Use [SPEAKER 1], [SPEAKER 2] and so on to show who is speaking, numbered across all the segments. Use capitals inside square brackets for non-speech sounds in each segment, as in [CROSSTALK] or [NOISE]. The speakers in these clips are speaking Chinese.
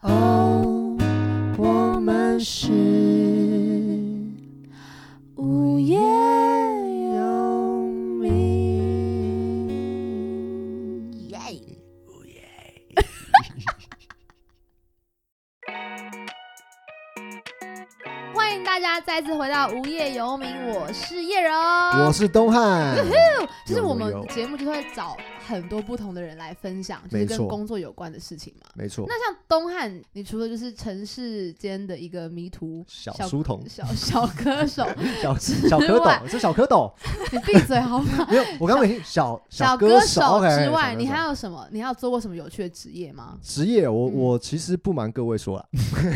[SPEAKER 1] 哦是无业游民。耶！欢迎大家再次回到无业游民，我是叶柔，
[SPEAKER 2] 我是东汉，
[SPEAKER 1] 就是我们
[SPEAKER 2] 有有
[SPEAKER 1] 节目就是会找很多不同的人来分享，就是
[SPEAKER 2] 没
[SPEAKER 1] 跟
[SPEAKER 2] 错
[SPEAKER 1] 工作有关的事情嘛。
[SPEAKER 2] 没错，
[SPEAKER 1] 那像东汉，你除了就是城市间的一个迷途
[SPEAKER 2] 小
[SPEAKER 1] 小
[SPEAKER 2] 书童，
[SPEAKER 1] 小小歌
[SPEAKER 2] [LAUGHS]
[SPEAKER 1] 手，[LAUGHS]
[SPEAKER 2] 小小蝌蚪，是小蝌�蚪，
[SPEAKER 1] 你闭嘴好吗？
[SPEAKER 2] 没有，我刚
[SPEAKER 1] [LAUGHS]
[SPEAKER 2] 刚没听小
[SPEAKER 1] 小
[SPEAKER 2] 歌
[SPEAKER 1] 歌
[SPEAKER 2] 手
[SPEAKER 1] 手
[SPEAKER 2] OK，
[SPEAKER 1] 之
[SPEAKER 2] 小
[SPEAKER 1] 外，
[SPEAKER 2] 歌
[SPEAKER 1] 你
[SPEAKER 2] 手
[SPEAKER 1] 还有什么？你还有做过什么有趣的职业吗？
[SPEAKER 2] 职业，我
[SPEAKER 1] 嗯
[SPEAKER 2] 我其实不瞒各位 [LAUGHS] 说了，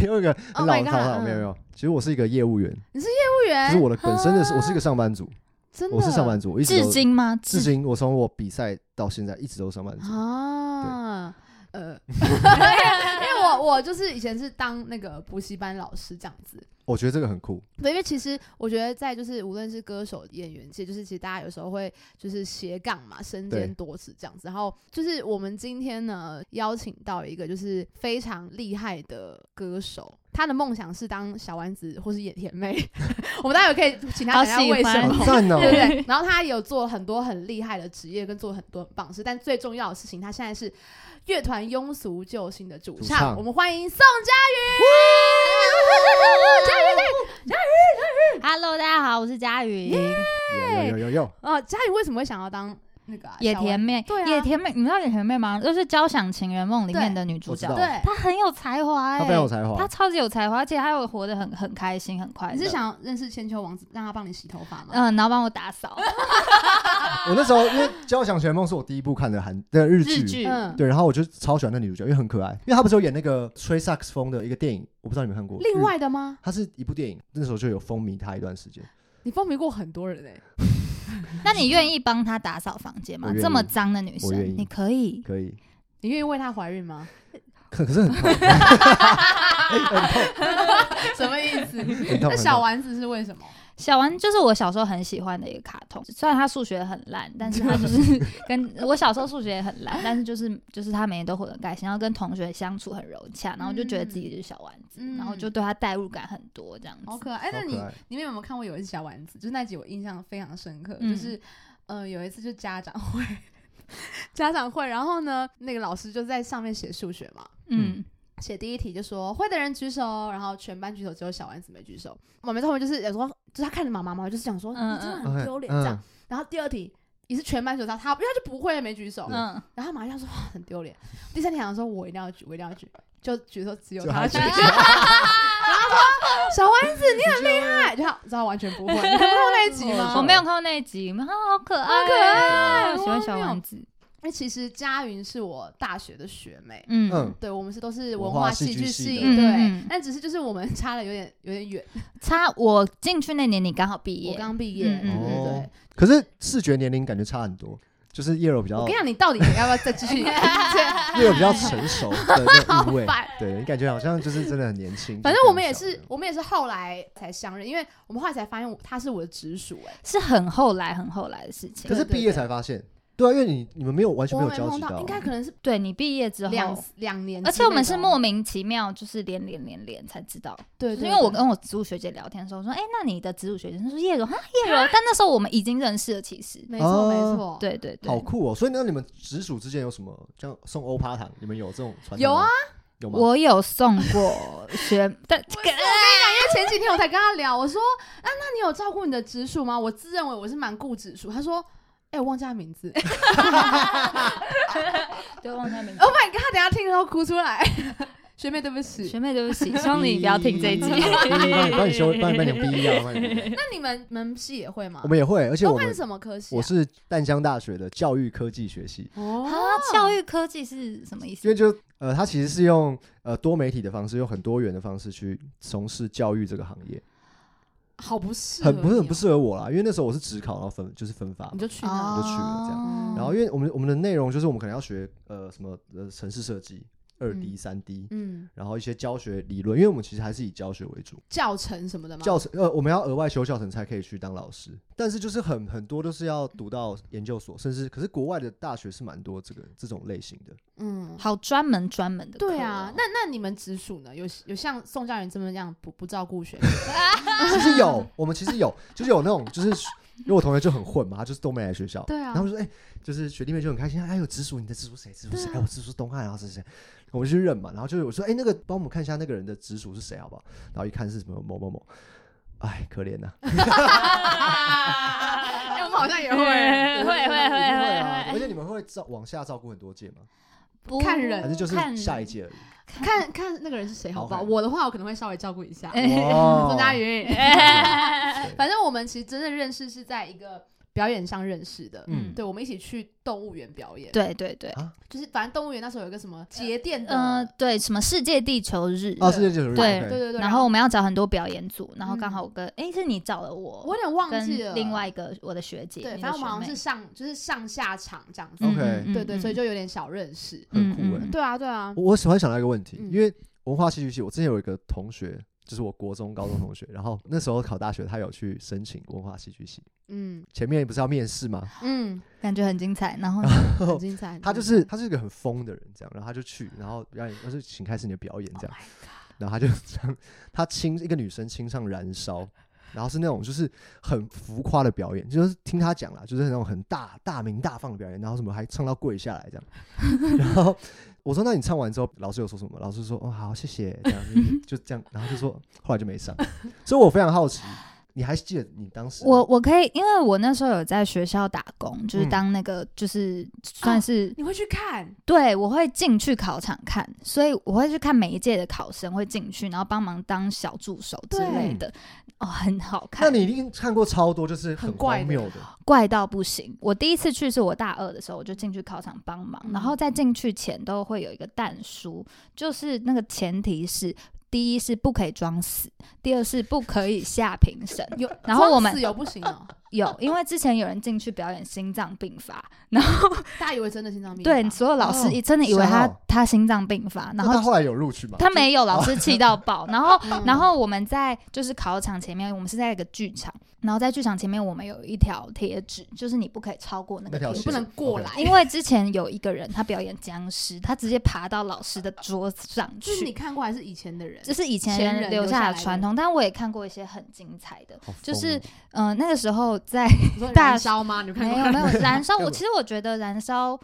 [SPEAKER 2] 有一个很
[SPEAKER 1] Oh
[SPEAKER 2] 老
[SPEAKER 1] my
[SPEAKER 2] 的套
[SPEAKER 1] God，
[SPEAKER 2] 话，没有
[SPEAKER 1] 嗯
[SPEAKER 2] 没有，其实我是一个业务员，
[SPEAKER 1] 服务员，
[SPEAKER 2] 就是我的本身的是
[SPEAKER 1] 啊
[SPEAKER 2] 我是一个上班族，
[SPEAKER 1] 真的
[SPEAKER 2] 我是上班族，我一直
[SPEAKER 3] 至
[SPEAKER 2] 都
[SPEAKER 3] 今吗？
[SPEAKER 2] 至今我从我比赛到现在一直都是上班族，
[SPEAKER 1] 哦啊。呃， [LAUGHS] 因为我我就是以前是当那个补习班老师这样子，
[SPEAKER 2] 我觉得这个
[SPEAKER 1] [LAUGHS]
[SPEAKER 2] 很酷，
[SPEAKER 1] 对，因为其实我觉得在就是无论是歌手、演员界，就是其实大家有时候会就是斜杠嘛，身兼
[SPEAKER 2] 对
[SPEAKER 1] 多职这样子。然后就是我们今天呢邀请到一个就是非常厉害的歌手，他的梦想是当小丸子或是野田妹。 [LAUGHS] 我们待会可以请他
[SPEAKER 3] 好
[SPEAKER 1] 讲一
[SPEAKER 3] 喜
[SPEAKER 1] 下为什
[SPEAKER 3] 欢
[SPEAKER 2] 好
[SPEAKER 1] [LAUGHS] 么。
[SPEAKER 2] 赞哦
[SPEAKER 1] 哎对，对对，然后他有做很多很厉害的职业，跟做很多很棒的事，但最重要的事情，他现在是乐团庸俗救星的主
[SPEAKER 2] 主
[SPEAKER 1] 唱。
[SPEAKER 2] 唱
[SPEAKER 1] 我们欢迎宋 [LAUGHS] 佳瑜，佳瑜，
[SPEAKER 3] Hello，大家好，我是佳云。
[SPEAKER 2] 有有有有有，
[SPEAKER 1] 哦，家里为什么会想要当那个啊
[SPEAKER 3] 野田？妹，
[SPEAKER 1] 对啊
[SPEAKER 3] 野田妹，你知道野田妹吗？就是《交响情人梦》里面的女主角
[SPEAKER 2] 我
[SPEAKER 1] 小
[SPEAKER 2] 知，
[SPEAKER 1] 丸
[SPEAKER 3] 她很有才华哎、
[SPEAKER 2] 他非常有才华
[SPEAKER 3] 她，超级有才华，而且她又活得很很开心，很快
[SPEAKER 1] 对，
[SPEAKER 3] 乐。
[SPEAKER 1] 你是想认识千秋王子，让他帮你洗头发吗？
[SPEAKER 3] 嗯、然后帮我打扫，
[SPEAKER 2] 我那时候因为《交响全梦》是我第一部看的韩的日
[SPEAKER 3] 日
[SPEAKER 2] 剧。
[SPEAKER 3] 剧
[SPEAKER 1] 嗯，
[SPEAKER 2] 对，然后我就超喜欢那女主角，因为很可爱。因为她不是有演那个吹萨克斯风的一个电影，我不知道你们看过。
[SPEAKER 1] 另外的吗？
[SPEAKER 2] 它是一部电影，那时候就有风靡它一段时间。
[SPEAKER 1] 你风靡过很多人哎，
[SPEAKER 3] 那你愿意帮她打扫房间吗
[SPEAKER 2] 我？愿意
[SPEAKER 3] 这么脏的女
[SPEAKER 2] 我愿意
[SPEAKER 3] 生，你可以。
[SPEAKER 2] 可以，
[SPEAKER 1] 你愿意为他怀孕吗？
[SPEAKER 2] 可可是很痛，
[SPEAKER 1] [LAUGHS] 什么意 [LAUGHS] 思？
[SPEAKER 2] 很痛。
[SPEAKER 1] 那
[SPEAKER 2] 很
[SPEAKER 1] 小
[SPEAKER 2] 痛
[SPEAKER 1] 丸子是为什么？
[SPEAKER 3] 小丸就是我小时候很喜欢的一个卡通，虽然他数学很烂，但是他就是
[SPEAKER 1] [LAUGHS]
[SPEAKER 3] 跟我小时候数学也很烂，但是就是就是他每天都活得很开心，然后跟同学相处很融洽，然后就觉得自己是小丸子，
[SPEAKER 1] 嗯
[SPEAKER 3] 然后就对他代入感很多这样
[SPEAKER 1] 好
[SPEAKER 3] 子。
[SPEAKER 1] 可爱！哎，那
[SPEAKER 2] 好
[SPEAKER 1] 你
[SPEAKER 2] 可爱
[SPEAKER 1] 你们有没有看过有一集小丸子？就是那集我印象非常深刻，
[SPEAKER 3] 嗯
[SPEAKER 1] 就是呃有一次就家长会， [LAUGHS] 家长会，然后呢那个老师就在上面写数学嘛，
[SPEAKER 3] 嗯，
[SPEAKER 1] 写第一题就说会的人举手，然后全班举手，只有小丸子没举手。我们后面就是有时候就是他看着妈妈嘛，就是想说
[SPEAKER 3] 嗯
[SPEAKER 1] 你真的
[SPEAKER 2] 嗯
[SPEAKER 1] 很丢脸这样。然后第二题也是全班举手，他他因为他就不会没举手，
[SPEAKER 3] 嗯，
[SPEAKER 1] 然后马上就说哇很丢脸。第三题好像说我一定要举，我一定要举，就举手只有
[SPEAKER 2] 就
[SPEAKER 1] 他
[SPEAKER 2] 他
[SPEAKER 3] [LAUGHS]
[SPEAKER 1] 举。
[SPEAKER 2] 举
[SPEAKER 1] 然后说小丸子你很厉害，就他他完全
[SPEAKER 3] [LAUGHS]
[SPEAKER 1] 不会。你看过那一集吗？
[SPEAKER 3] 我没有看过那一集，啊，好可爱，啊
[SPEAKER 1] 好可爱啊
[SPEAKER 3] 我喜欢小丸子。
[SPEAKER 1] 那其实佳云是我大学的学妹，
[SPEAKER 3] 嗯
[SPEAKER 2] 嗯，
[SPEAKER 1] 对我们是都是文
[SPEAKER 2] 文化
[SPEAKER 1] 戏
[SPEAKER 2] 戏剧
[SPEAKER 1] 剧
[SPEAKER 2] 系
[SPEAKER 1] 系，
[SPEAKER 2] 的
[SPEAKER 1] 对
[SPEAKER 3] 嗯，
[SPEAKER 1] 但只是就是我们 [LAUGHS] 差的有点有点远。
[SPEAKER 3] 差我进去那年你刚好毕业，
[SPEAKER 1] 我刚毕业，
[SPEAKER 3] 嗯
[SPEAKER 1] 对对对。
[SPEAKER 2] 哦可是视觉年龄感觉差很多，就是叶柔比
[SPEAKER 1] 我
[SPEAKER 2] 较
[SPEAKER 1] 跟你讲，你到底要不要再继
[SPEAKER 3] [LAUGHS]
[SPEAKER 1] 续？ [LAUGHS] 对
[SPEAKER 2] 叶柔比较成熟的那个韵
[SPEAKER 1] [LAUGHS]
[SPEAKER 2] 味
[SPEAKER 1] 好烦，
[SPEAKER 2] 对你感觉好像就是真的很年轻。
[SPEAKER 1] 反正
[SPEAKER 2] 就
[SPEAKER 1] 我们
[SPEAKER 2] 跟
[SPEAKER 1] 也
[SPEAKER 2] 小
[SPEAKER 1] 是
[SPEAKER 2] 的，
[SPEAKER 1] 我们也是后来才相认，因为我们后来才发现我他是我的直属哎、
[SPEAKER 3] 是很后来很后来的事情
[SPEAKER 2] 可。是
[SPEAKER 1] 对对
[SPEAKER 2] 毕业
[SPEAKER 1] 对
[SPEAKER 2] 才发现，对啊，因为你你们没有完全
[SPEAKER 1] 我
[SPEAKER 2] 没有
[SPEAKER 1] 没
[SPEAKER 2] 交
[SPEAKER 1] 碰
[SPEAKER 2] 集
[SPEAKER 1] 到，应该可能是
[SPEAKER 3] 对你毕业之
[SPEAKER 1] 两
[SPEAKER 3] 后。
[SPEAKER 1] 两年
[SPEAKER 3] 而
[SPEAKER 1] 之类的哦，
[SPEAKER 3] 且我们是莫名其妙，就是连连连连才知道，
[SPEAKER 1] 对，
[SPEAKER 3] 就是
[SPEAKER 1] 对
[SPEAKER 3] 因为我
[SPEAKER 1] 对
[SPEAKER 3] 跟我直属学姐聊天的时候说，哎、那你的直属学姐她说叶柔，哈叶柔，但那时候我们已经认识了，其实，
[SPEAKER 1] 没错没
[SPEAKER 2] 哦
[SPEAKER 1] 错，，
[SPEAKER 3] 对对对，
[SPEAKER 2] 好酷哦。所以那你们直属之间有什么像送欧趴糖，你们有这种传统
[SPEAKER 1] 有啊
[SPEAKER 2] 吗，有吗？
[SPEAKER 3] 我有送过
[SPEAKER 1] [LAUGHS]
[SPEAKER 3] 学，但
[SPEAKER 1] 因为哎前几天我才跟他聊，我说啊，那你有照顾你的直属吗？我自认为我是蛮顾直属，他说。哎、我忘记他名字。oh
[SPEAKER 3] [LAUGHS]
[SPEAKER 1] [LAUGHS]
[SPEAKER 3] 对忘记她名字，
[SPEAKER 1] my god！等一下听然后哭出来， [LAUGHS] 学妹对不起。
[SPEAKER 3] 学妹对不起，希望你不要听这一
[SPEAKER 2] [LAUGHS]
[SPEAKER 3] 集。
[SPEAKER 2] 帮你帮你修，帮你帮你逼一啊！帮你
[SPEAKER 1] 那你们门系也会吗？
[SPEAKER 2] 我们也会，而且
[SPEAKER 1] 都
[SPEAKER 2] 我
[SPEAKER 1] 看
[SPEAKER 2] 们
[SPEAKER 1] 什么科系、啊？
[SPEAKER 2] 我是淡江大学的教育科技学系，
[SPEAKER 1] 哦
[SPEAKER 3] 啊，教育科技是什么意
[SPEAKER 2] 因
[SPEAKER 3] 思？
[SPEAKER 2] 为就呃，它其实是用呃多媒体的方式，用很多元的方式去从事教育这个行业，
[SPEAKER 1] 好不适合
[SPEAKER 2] 很
[SPEAKER 1] 你哦，嗯
[SPEAKER 2] 不是很不适合我啦，因为那时候我是只考，然后分就是分发
[SPEAKER 1] 你
[SPEAKER 2] 嘛。
[SPEAKER 1] 就去
[SPEAKER 2] 我
[SPEAKER 1] 那
[SPEAKER 2] 就去了这样
[SPEAKER 3] 哦
[SPEAKER 2] 然后，因为我们我们的内容就是我们可能要学呃什么呃城市设计，二
[SPEAKER 1] 嗯
[SPEAKER 2] D、三 D，
[SPEAKER 1] 嗯，
[SPEAKER 2] 然后一些教学理论，因为我们其实还是以教学为主，
[SPEAKER 1] 教程什么的吗？
[SPEAKER 2] 教程呃我们要额外修教程才可以去当老师，但是就是很很多都是要读到研究所，甚至可是国外的大学是蛮多这个这种类型的，
[SPEAKER 1] 嗯，
[SPEAKER 3] 好专门专门的课哦。
[SPEAKER 1] 对啊，那那你们直属呢？有有像宋教员这么样不不照
[SPEAKER 3] [LAUGHS]
[SPEAKER 1] 顾学生？
[SPEAKER 2] 其实有，
[SPEAKER 1] 啊
[SPEAKER 2] 我们其实有，就是有那种，就是因为我同学就很混嘛，他就是都没来学校，
[SPEAKER 1] 对啊
[SPEAKER 2] 然后我就说，哎、就是学弟妹就很开心，哎，有直属，你的直属谁？直属谁？
[SPEAKER 1] 对啊
[SPEAKER 2] 哎，我直属东汉，然后是谁？我们就去认嘛，然后就是我说，哎、那个帮我们看一下那个人的直属是谁，好不好？然后一看是什么某某某，哎，可怜呐、
[SPEAKER 1] 哎，我们好像也
[SPEAKER 3] [LAUGHS] [LAUGHS]
[SPEAKER 1] 会。
[SPEAKER 3] 会会
[SPEAKER 2] 一定
[SPEAKER 3] 会
[SPEAKER 2] 啊
[SPEAKER 3] 会
[SPEAKER 2] 而
[SPEAKER 3] 会，
[SPEAKER 2] 且你们会照往下照顾很多届吗？
[SPEAKER 3] 不
[SPEAKER 1] 呃看人
[SPEAKER 2] 还是就是
[SPEAKER 3] 看
[SPEAKER 2] 下
[SPEAKER 3] [LAUGHS]
[SPEAKER 2] 一届而已？
[SPEAKER 1] 看看那个人是谁，好不好？
[SPEAKER 2] 好看
[SPEAKER 1] 我的话，我可能会稍微照顾一
[SPEAKER 3] 嗯
[SPEAKER 1] 下。 [LAUGHS]
[SPEAKER 2] 哇
[SPEAKER 1] 宋佳云，
[SPEAKER 2] 对
[SPEAKER 1] 反正我们其实真正认识是在一个表演上认识的。
[SPEAKER 2] 嗯
[SPEAKER 1] 对，我们一起去动物园表演，
[SPEAKER 3] [LAUGHS] 对对
[SPEAKER 1] 啊
[SPEAKER 3] 对，
[SPEAKER 1] 就是反正动物园那时候有一个什么节电的，
[SPEAKER 3] 呃，对，什么世界地球 [LAUGHS] 日，
[SPEAKER 2] 哦，世界九十
[SPEAKER 3] 对
[SPEAKER 1] 对对对，啊
[SPEAKER 3] 然后我们要找很多表演组，然后刚
[SPEAKER 1] 嗯
[SPEAKER 3] 好我跟诶，是你找了我，
[SPEAKER 1] 我有点忘记了，
[SPEAKER 3] 跟另外一个我的学姐，
[SPEAKER 1] 对，
[SPEAKER 3] 你的
[SPEAKER 1] 反正我们好像
[SPEAKER 3] 学
[SPEAKER 1] 是
[SPEAKER 3] 妹嗯
[SPEAKER 1] 上就是上下场这样子，
[SPEAKER 2] OK
[SPEAKER 1] 对对，所以
[SPEAKER 3] 就
[SPEAKER 1] 就有点小认识。
[SPEAKER 2] 很
[SPEAKER 3] 嗯
[SPEAKER 2] 酷欸
[SPEAKER 1] 对啊，对啊，
[SPEAKER 2] 我我突然想到一个问题，
[SPEAKER 1] 嗯
[SPEAKER 2] 因为文化戏剧系，我之前有一个同学，就是我国中、高中同学，然后那时候考大学，他有去申请文化戏剧系，
[SPEAKER 1] 嗯
[SPEAKER 2] 前面不是要面试吗？
[SPEAKER 1] 嗯，
[SPEAKER 3] 感觉很精彩。
[SPEAKER 2] [LAUGHS]
[SPEAKER 3] 然后呢
[SPEAKER 1] 很精
[SPEAKER 3] 嗯
[SPEAKER 1] 彩。
[SPEAKER 2] 他就是他是一个很疯的人，这样，然后他就去，然后表演，他说请开始你的表演这样，
[SPEAKER 3] Oh
[SPEAKER 2] 然后他就这样，他亲一个女生亲上燃烧。然后是那种就是很浮夸的表演，就是听他讲啦，就是那种很大大鸣大放的表演，然后什么还唱到跪下来这样。 [LAUGHS] 然后我说：“那你唱完之后，老师有说什么？”老师说：“哦，好，谢谢。”这样就就这样，然后就说后来就没上。所以我非常好奇，你还记得你当时
[SPEAKER 3] 我我可以，因为我那时候有在学校打工，就是
[SPEAKER 2] 嗯
[SPEAKER 3] 当那个就是算是
[SPEAKER 1] 你会去看，
[SPEAKER 3] 对，我会进去考场看，所以我会去看每一届的考生会进去，然后帮忙当小助手之类的，哦，很好
[SPEAKER 2] 那
[SPEAKER 3] 看，
[SPEAKER 2] 你一定看过超多，就是
[SPEAKER 1] 很怪
[SPEAKER 2] 荒
[SPEAKER 1] 的
[SPEAKER 2] 谬的。
[SPEAKER 3] 怪到不行。我第一次去是我大二的时候，我就进去考场帮忙，
[SPEAKER 1] 嗯
[SPEAKER 3] 然后在进去前都会有一个弹书，就是那个前提是。第一是不可以装死，第二是不可以吓评审。
[SPEAKER 1] 有，
[SPEAKER 3] 然后我们
[SPEAKER 1] 装死有不行
[SPEAKER 3] [LAUGHS]
[SPEAKER 1] 哦，
[SPEAKER 3] 有，因为之前有人进去表演心脏病发，
[SPEAKER 1] 大家以为真的心脏病吧。
[SPEAKER 3] 对，所有老师
[SPEAKER 2] 哦
[SPEAKER 3] 一真的以为他、
[SPEAKER 2] 吓到
[SPEAKER 3] 他心脏病发，然
[SPEAKER 2] 那
[SPEAKER 3] 后
[SPEAKER 2] 他后来有录取吗？
[SPEAKER 3] 他没有，老师气到爆。然后，
[SPEAKER 1] 嗯
[SPEAKER 3] 然后我们在就是考场前面，我们是在一个剧场，然后在剧场前面我们有一条贴纸，就是你不可以超过那个
[SPEAKER 2] 那条
[SPEAKER 3] 贴
[SPEAKER 1] 你
[SPEAKER 2] 线
[SPEAKER 3] 纸
[SPEAKER 1] 不。能过来，
[SPEAKER 3] 因为之前有一个人他表演僵尸，他直接爬到老师的桌子上
[SPEAKER 1] [LAUGHS] 就是你
[SPEAKER 3] 去。
[SPEAKER 1] 看过还是以前的人？
[SPEAKER 3] 这是以前
[SPEAKER 1] 前人
[SPEAKER 3] 人留
[SPEAKER 1] 留下
[SPEAKER 3] 下
[SPEAKER 1] 来
[SPEAKER 3] 的
[SPEAKER 1] 的
[SPEAKER 3] 传统，但我也看过一些很精彩的。
[SPEAKER 2] 好疯
[SPEAKER 3] 就是
[SPEAKER 2] 哦
[SPEAKER 3] 嗯、那个时候
[SPEAKER 1] [LAUGHS]
[SPEAKER 3] 在
[SPEAKER 1] 你说
[SPEAKER 3] 大
[SPEAKER 1] 燃烧吗？你有看
[SPEAKER 3] 没
[SPEAKER 1] 过？
[SPEAKER 3] 有没
[SPEAKER 1] [LAUGHS]
[SPEAKER 3] 有燃烧，我
[SPEAKER 2] 过
[SPEAKER 3] 其实我觉得燃烧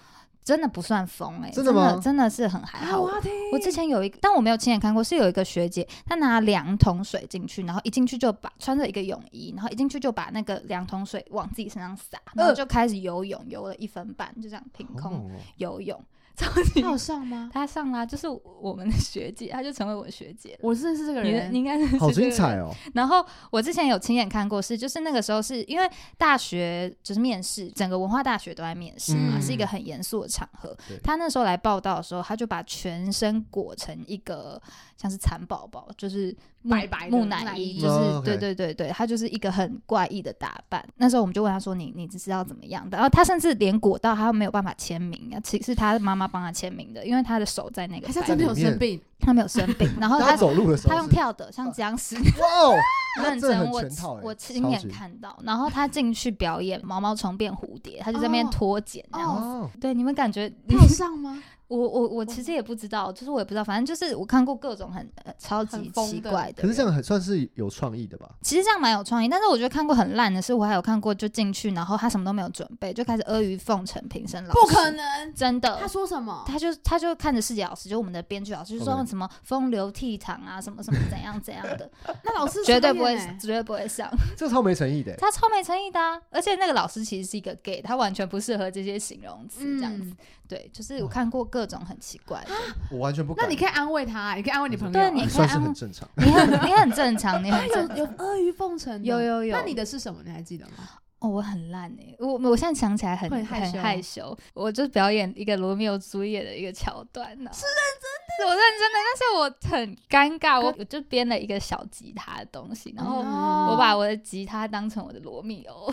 [SPEAKER 3] 真的不算疯哎、
[SPEAKER 2] 真的
[SPEAKER 3] 的
[SPEAKER 2] 吗
[SPEAKER 3] 真的是很还
[SPEAKER 1] 啊，
[SPEAKER 3] 好。
[SPEAKER 1] 我要听。
[SPEAKER 3] 我之前有一个，但我没有亲眼看过，是有一个学姐，她拿两桶水进去，然后一进去就把穿着一个泳衣，然后一进去就把那个两桶水往自己身上洒，然
[SPEAKER 1] 呃
[SPEAKER 3] 后就开始游泳，游了一分半，就这样凭
[SPEAKER 2] 好
[SPEAKER 3] 空
[SPEAKER 2] 猛哦
[SPEAKER 3] [LAUGHS] 游泳，超级
[SPEAKER 1] 他。有上吗？
[SPEAKER 3] [LAUGHS] 她上啦，就是我们的学姐，她就成为我学姐了。
[SPEAKER 1] 我认识这个
[SPEAKER 3] 你的
[SPEAKER 1] 人，
[SPEAKER 3] 你应该认识
[SPEAKER 2] 好
[SPEAKER 3] 这个
[SPEAKER 2] 精彩
[SPEAKER 3] 人！ [LAUGHS]
[SPEAKER 2] 哦！
[SPEAKER 3] 然后我之前有亲眼看过是，就是那个时候是因为大学就是面试，整个文化大学都在面试嘛，
[SPEAKER 1] 嗯
[SPEAKER 3] 是一个很严肃的场合
[SPEAKER 2] 对。
[SPEAKER 3] 他那时候来报道的时候，他就把全身裹成一个像是蚕宝宝，就是木
[SPEAKER 1] 白白的
[SPEAKER 3] 木
[SPEAKER 1] 木
[SPEAKER 3] 乃
[SPEAKER 1] 乃
[SPEAKER 3] 伊，
[SPEAKER 1] 伊
[SPEAKER 3] 就是、
[SPEAKER 2] 哦，OK
[SPEAKER 3] 对对对对，他就是一个很怪异的打扮。那时候我们就问他说：“你你知道怎么样的？”然后他甚至连裹到他没有办法签名，啊其实是他妈妈帮他签名的，因为他的手在那个
[SPEAKER 1] 还是他
[SPEAKER 3] 白
[SPEAKER 1] 真的
[SPEAKER 2] 在
[SPEAKER 1] 有
[SPEAKER 2] 里面
[SPEAKER 1] 生病？
[SPEAKER 3] 他没有生
[SPEAKER 2] [LAUGHS]
[SPEAKER 3] 病，然后
[SPEAKER 2] 他
[SPEAKER 3] 他
[SPEAKER 2] 走路的时候
[SPEAKER 3] 他用
[SPEAKER 2] 是
[SPEAKER 3] 跳的，像僵尸。[LAUGHS]
[SPEAKER 2] 哇哦，
[SPEAKER 3] 认
[SPEAKER 2] 真的
[SPEAKER 3] 真，
[SPEAKER 2] 很
[SPEAKER 3] 我
[SPEAKER 2] 全套欸
[SPEAKER 3] [LAUGHS] 我亲
[SPEAKER 2] 超
[SPEAKER 3] 眼
[SPEAKER 2] 级
[SPEAKER 3] 看到。然后他进去表演毛毛虫变蝴蝶，他就在那边
[SPEAKER 1] 哦
[SPEAKER 3] 脱茧这样子。
[SPEAKER 2] 哦，
[SPEAKER 3] 对， [LAUGHS] 你们感觉？
[SPEAKER 1] 他有上吗？
[SPEAKER 3] 我我我其实也不知道，就是我也不知道，反正就是我看过各种很、呃、超级
[SPEAKER 1] 很疯
[SPEAKER 3] 奇
[SPEAKER 1] 的
[SPEAKER 3] 怪的。
[SPEAKER 2] 可是这。样很算是有创意的吧？
[SPEAKER 3] 其实这样蛮有创意，但是我觉得看过很呃烂的是，我还有看过就进去，然后他什么都没有准备，就开始阿呃谀奉承评审 [LAUGHS] 老师，
[SPEAKER 1] 不可，
[SPEAKER 3] [LAUGHS]
[SPEAKER 1] 能！
[SPEAKER 3] 真的，
[SPEAKER 1] 他说什么？
[SPEAKER 3] 他就他就看着世杰老师，就我们的编剧老师，就说
[SPEAKER 2] OK
[SPEAKER 3] 什么风流倜傥啊，什么什么怎样怎样
[SPEAKER 2] [LAUGHS]
[SPEAKER 3] 的，
[SPEAKER 1] 那老师
[SPEAKER 3] [LAUGHS] 绝对
[SPEAKER 1] 傻眼
[SPEAKER 3] 不会
[SPEAKER 1] 欸，
[SPEAKER 3] 绝对不会上。
[SPEAKER 2] 这超没诚意的欸，
[SPEAKER 3] 他超没诚意的、啊，而且那个老师其实是一个 gay，他完全不适合这些形容词这样子。
[SPEAKER 1] 嗯
[SPEAKER 3] 对，就是我看过各种很奇怪的，
[SPEAKER 2] 我完全不
[SPEAKER 1] 那
[SPEAKER 2] 敢。
[SPEAKER 1] 你可以安慰他，你可以安慰你朋友。
[SPEAKER 3] 对啊你可以
[SPEAKER 2] 算是
[SPEAKER 3] 安
[SPEAKER 2] 很
[SPEAKER 3] 慰
[SPEAKER 2] 正常。
[SPEAKER 3] 你很你很正常，你
[SPEAKER 1] 他
[SPEAKER 3] 很
[SPEAKER 1] 有
[SPEAKER 3] 正 [LAUGHS]
[SPEAKER 1] 有
[SPEAKER 3] 常。
[SPEAKER 1] 阿谀奉承的，
[SPEAKER 3] 哎有有有
[SPEAKER 1] 那你的是什么？你还记得吗？
[SPEAKER 3] 哦，我很烂哎、我我现在想起来很
[SPEAKER 1] 会害羞
[SPEAKER 3] 很害羞，我就表演一个罗密欧朱丽叶的一个桥段呢、是认真的，我认真的，但是我很尴尬，我我就编了一个小吉他的东西，然后
[SPEAKER 1] 哦
[SPEAKER 3] 我把我的吉他当成我的罗密欧，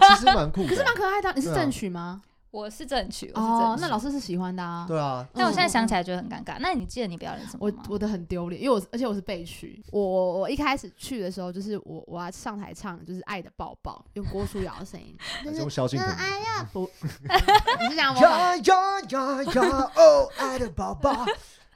[SPEAKER 2] 那其实蛮酷的，
[SPEAKER 1] 可是蛮可爱的啊。你是
[SPEAKER 2] 对啊
[SPEAKER 1] 正曲吗？
[SPEAKER 3] 我是正取，我是正
[SPEAKER 1] 哦，
[SPEAKER 3] 取。
[SPEAKER 1] 那老师是喜欢的啊。
[SPEAKER 3] [LAUGHS]
[SPEAKER 2] 对啊，
[SPEAKER 3] 但我现在想起
[SPEAKER 1] 来，
[SPEAKER 3] 来觉得很尴尬。那你记得你表演什么
[SPEAKER 1] 我
[SPEAKER 3] 吗？
[SPEAKER 1] 我的很丢脸，因为我而且我是被区，我我我一开始去的时候，就是我我要上台唱就是《爱的抱抱》，用郭书瑶的声音，就
[SPEAKER 2] 还是
[SPEAKER 1] 是
[SPEAKER 2] 用萧敬
[SPEAKER 1] 嗯
[SPEAKER 2] 腾的。
[SPEAKER 1] 哎
[SPEAKER 2] [LAUGHS]
[SPEAKER 1] 呀不，你是想模仿
[SPEAKER 2] 呀呀呀呀！哦，爱的宝宝，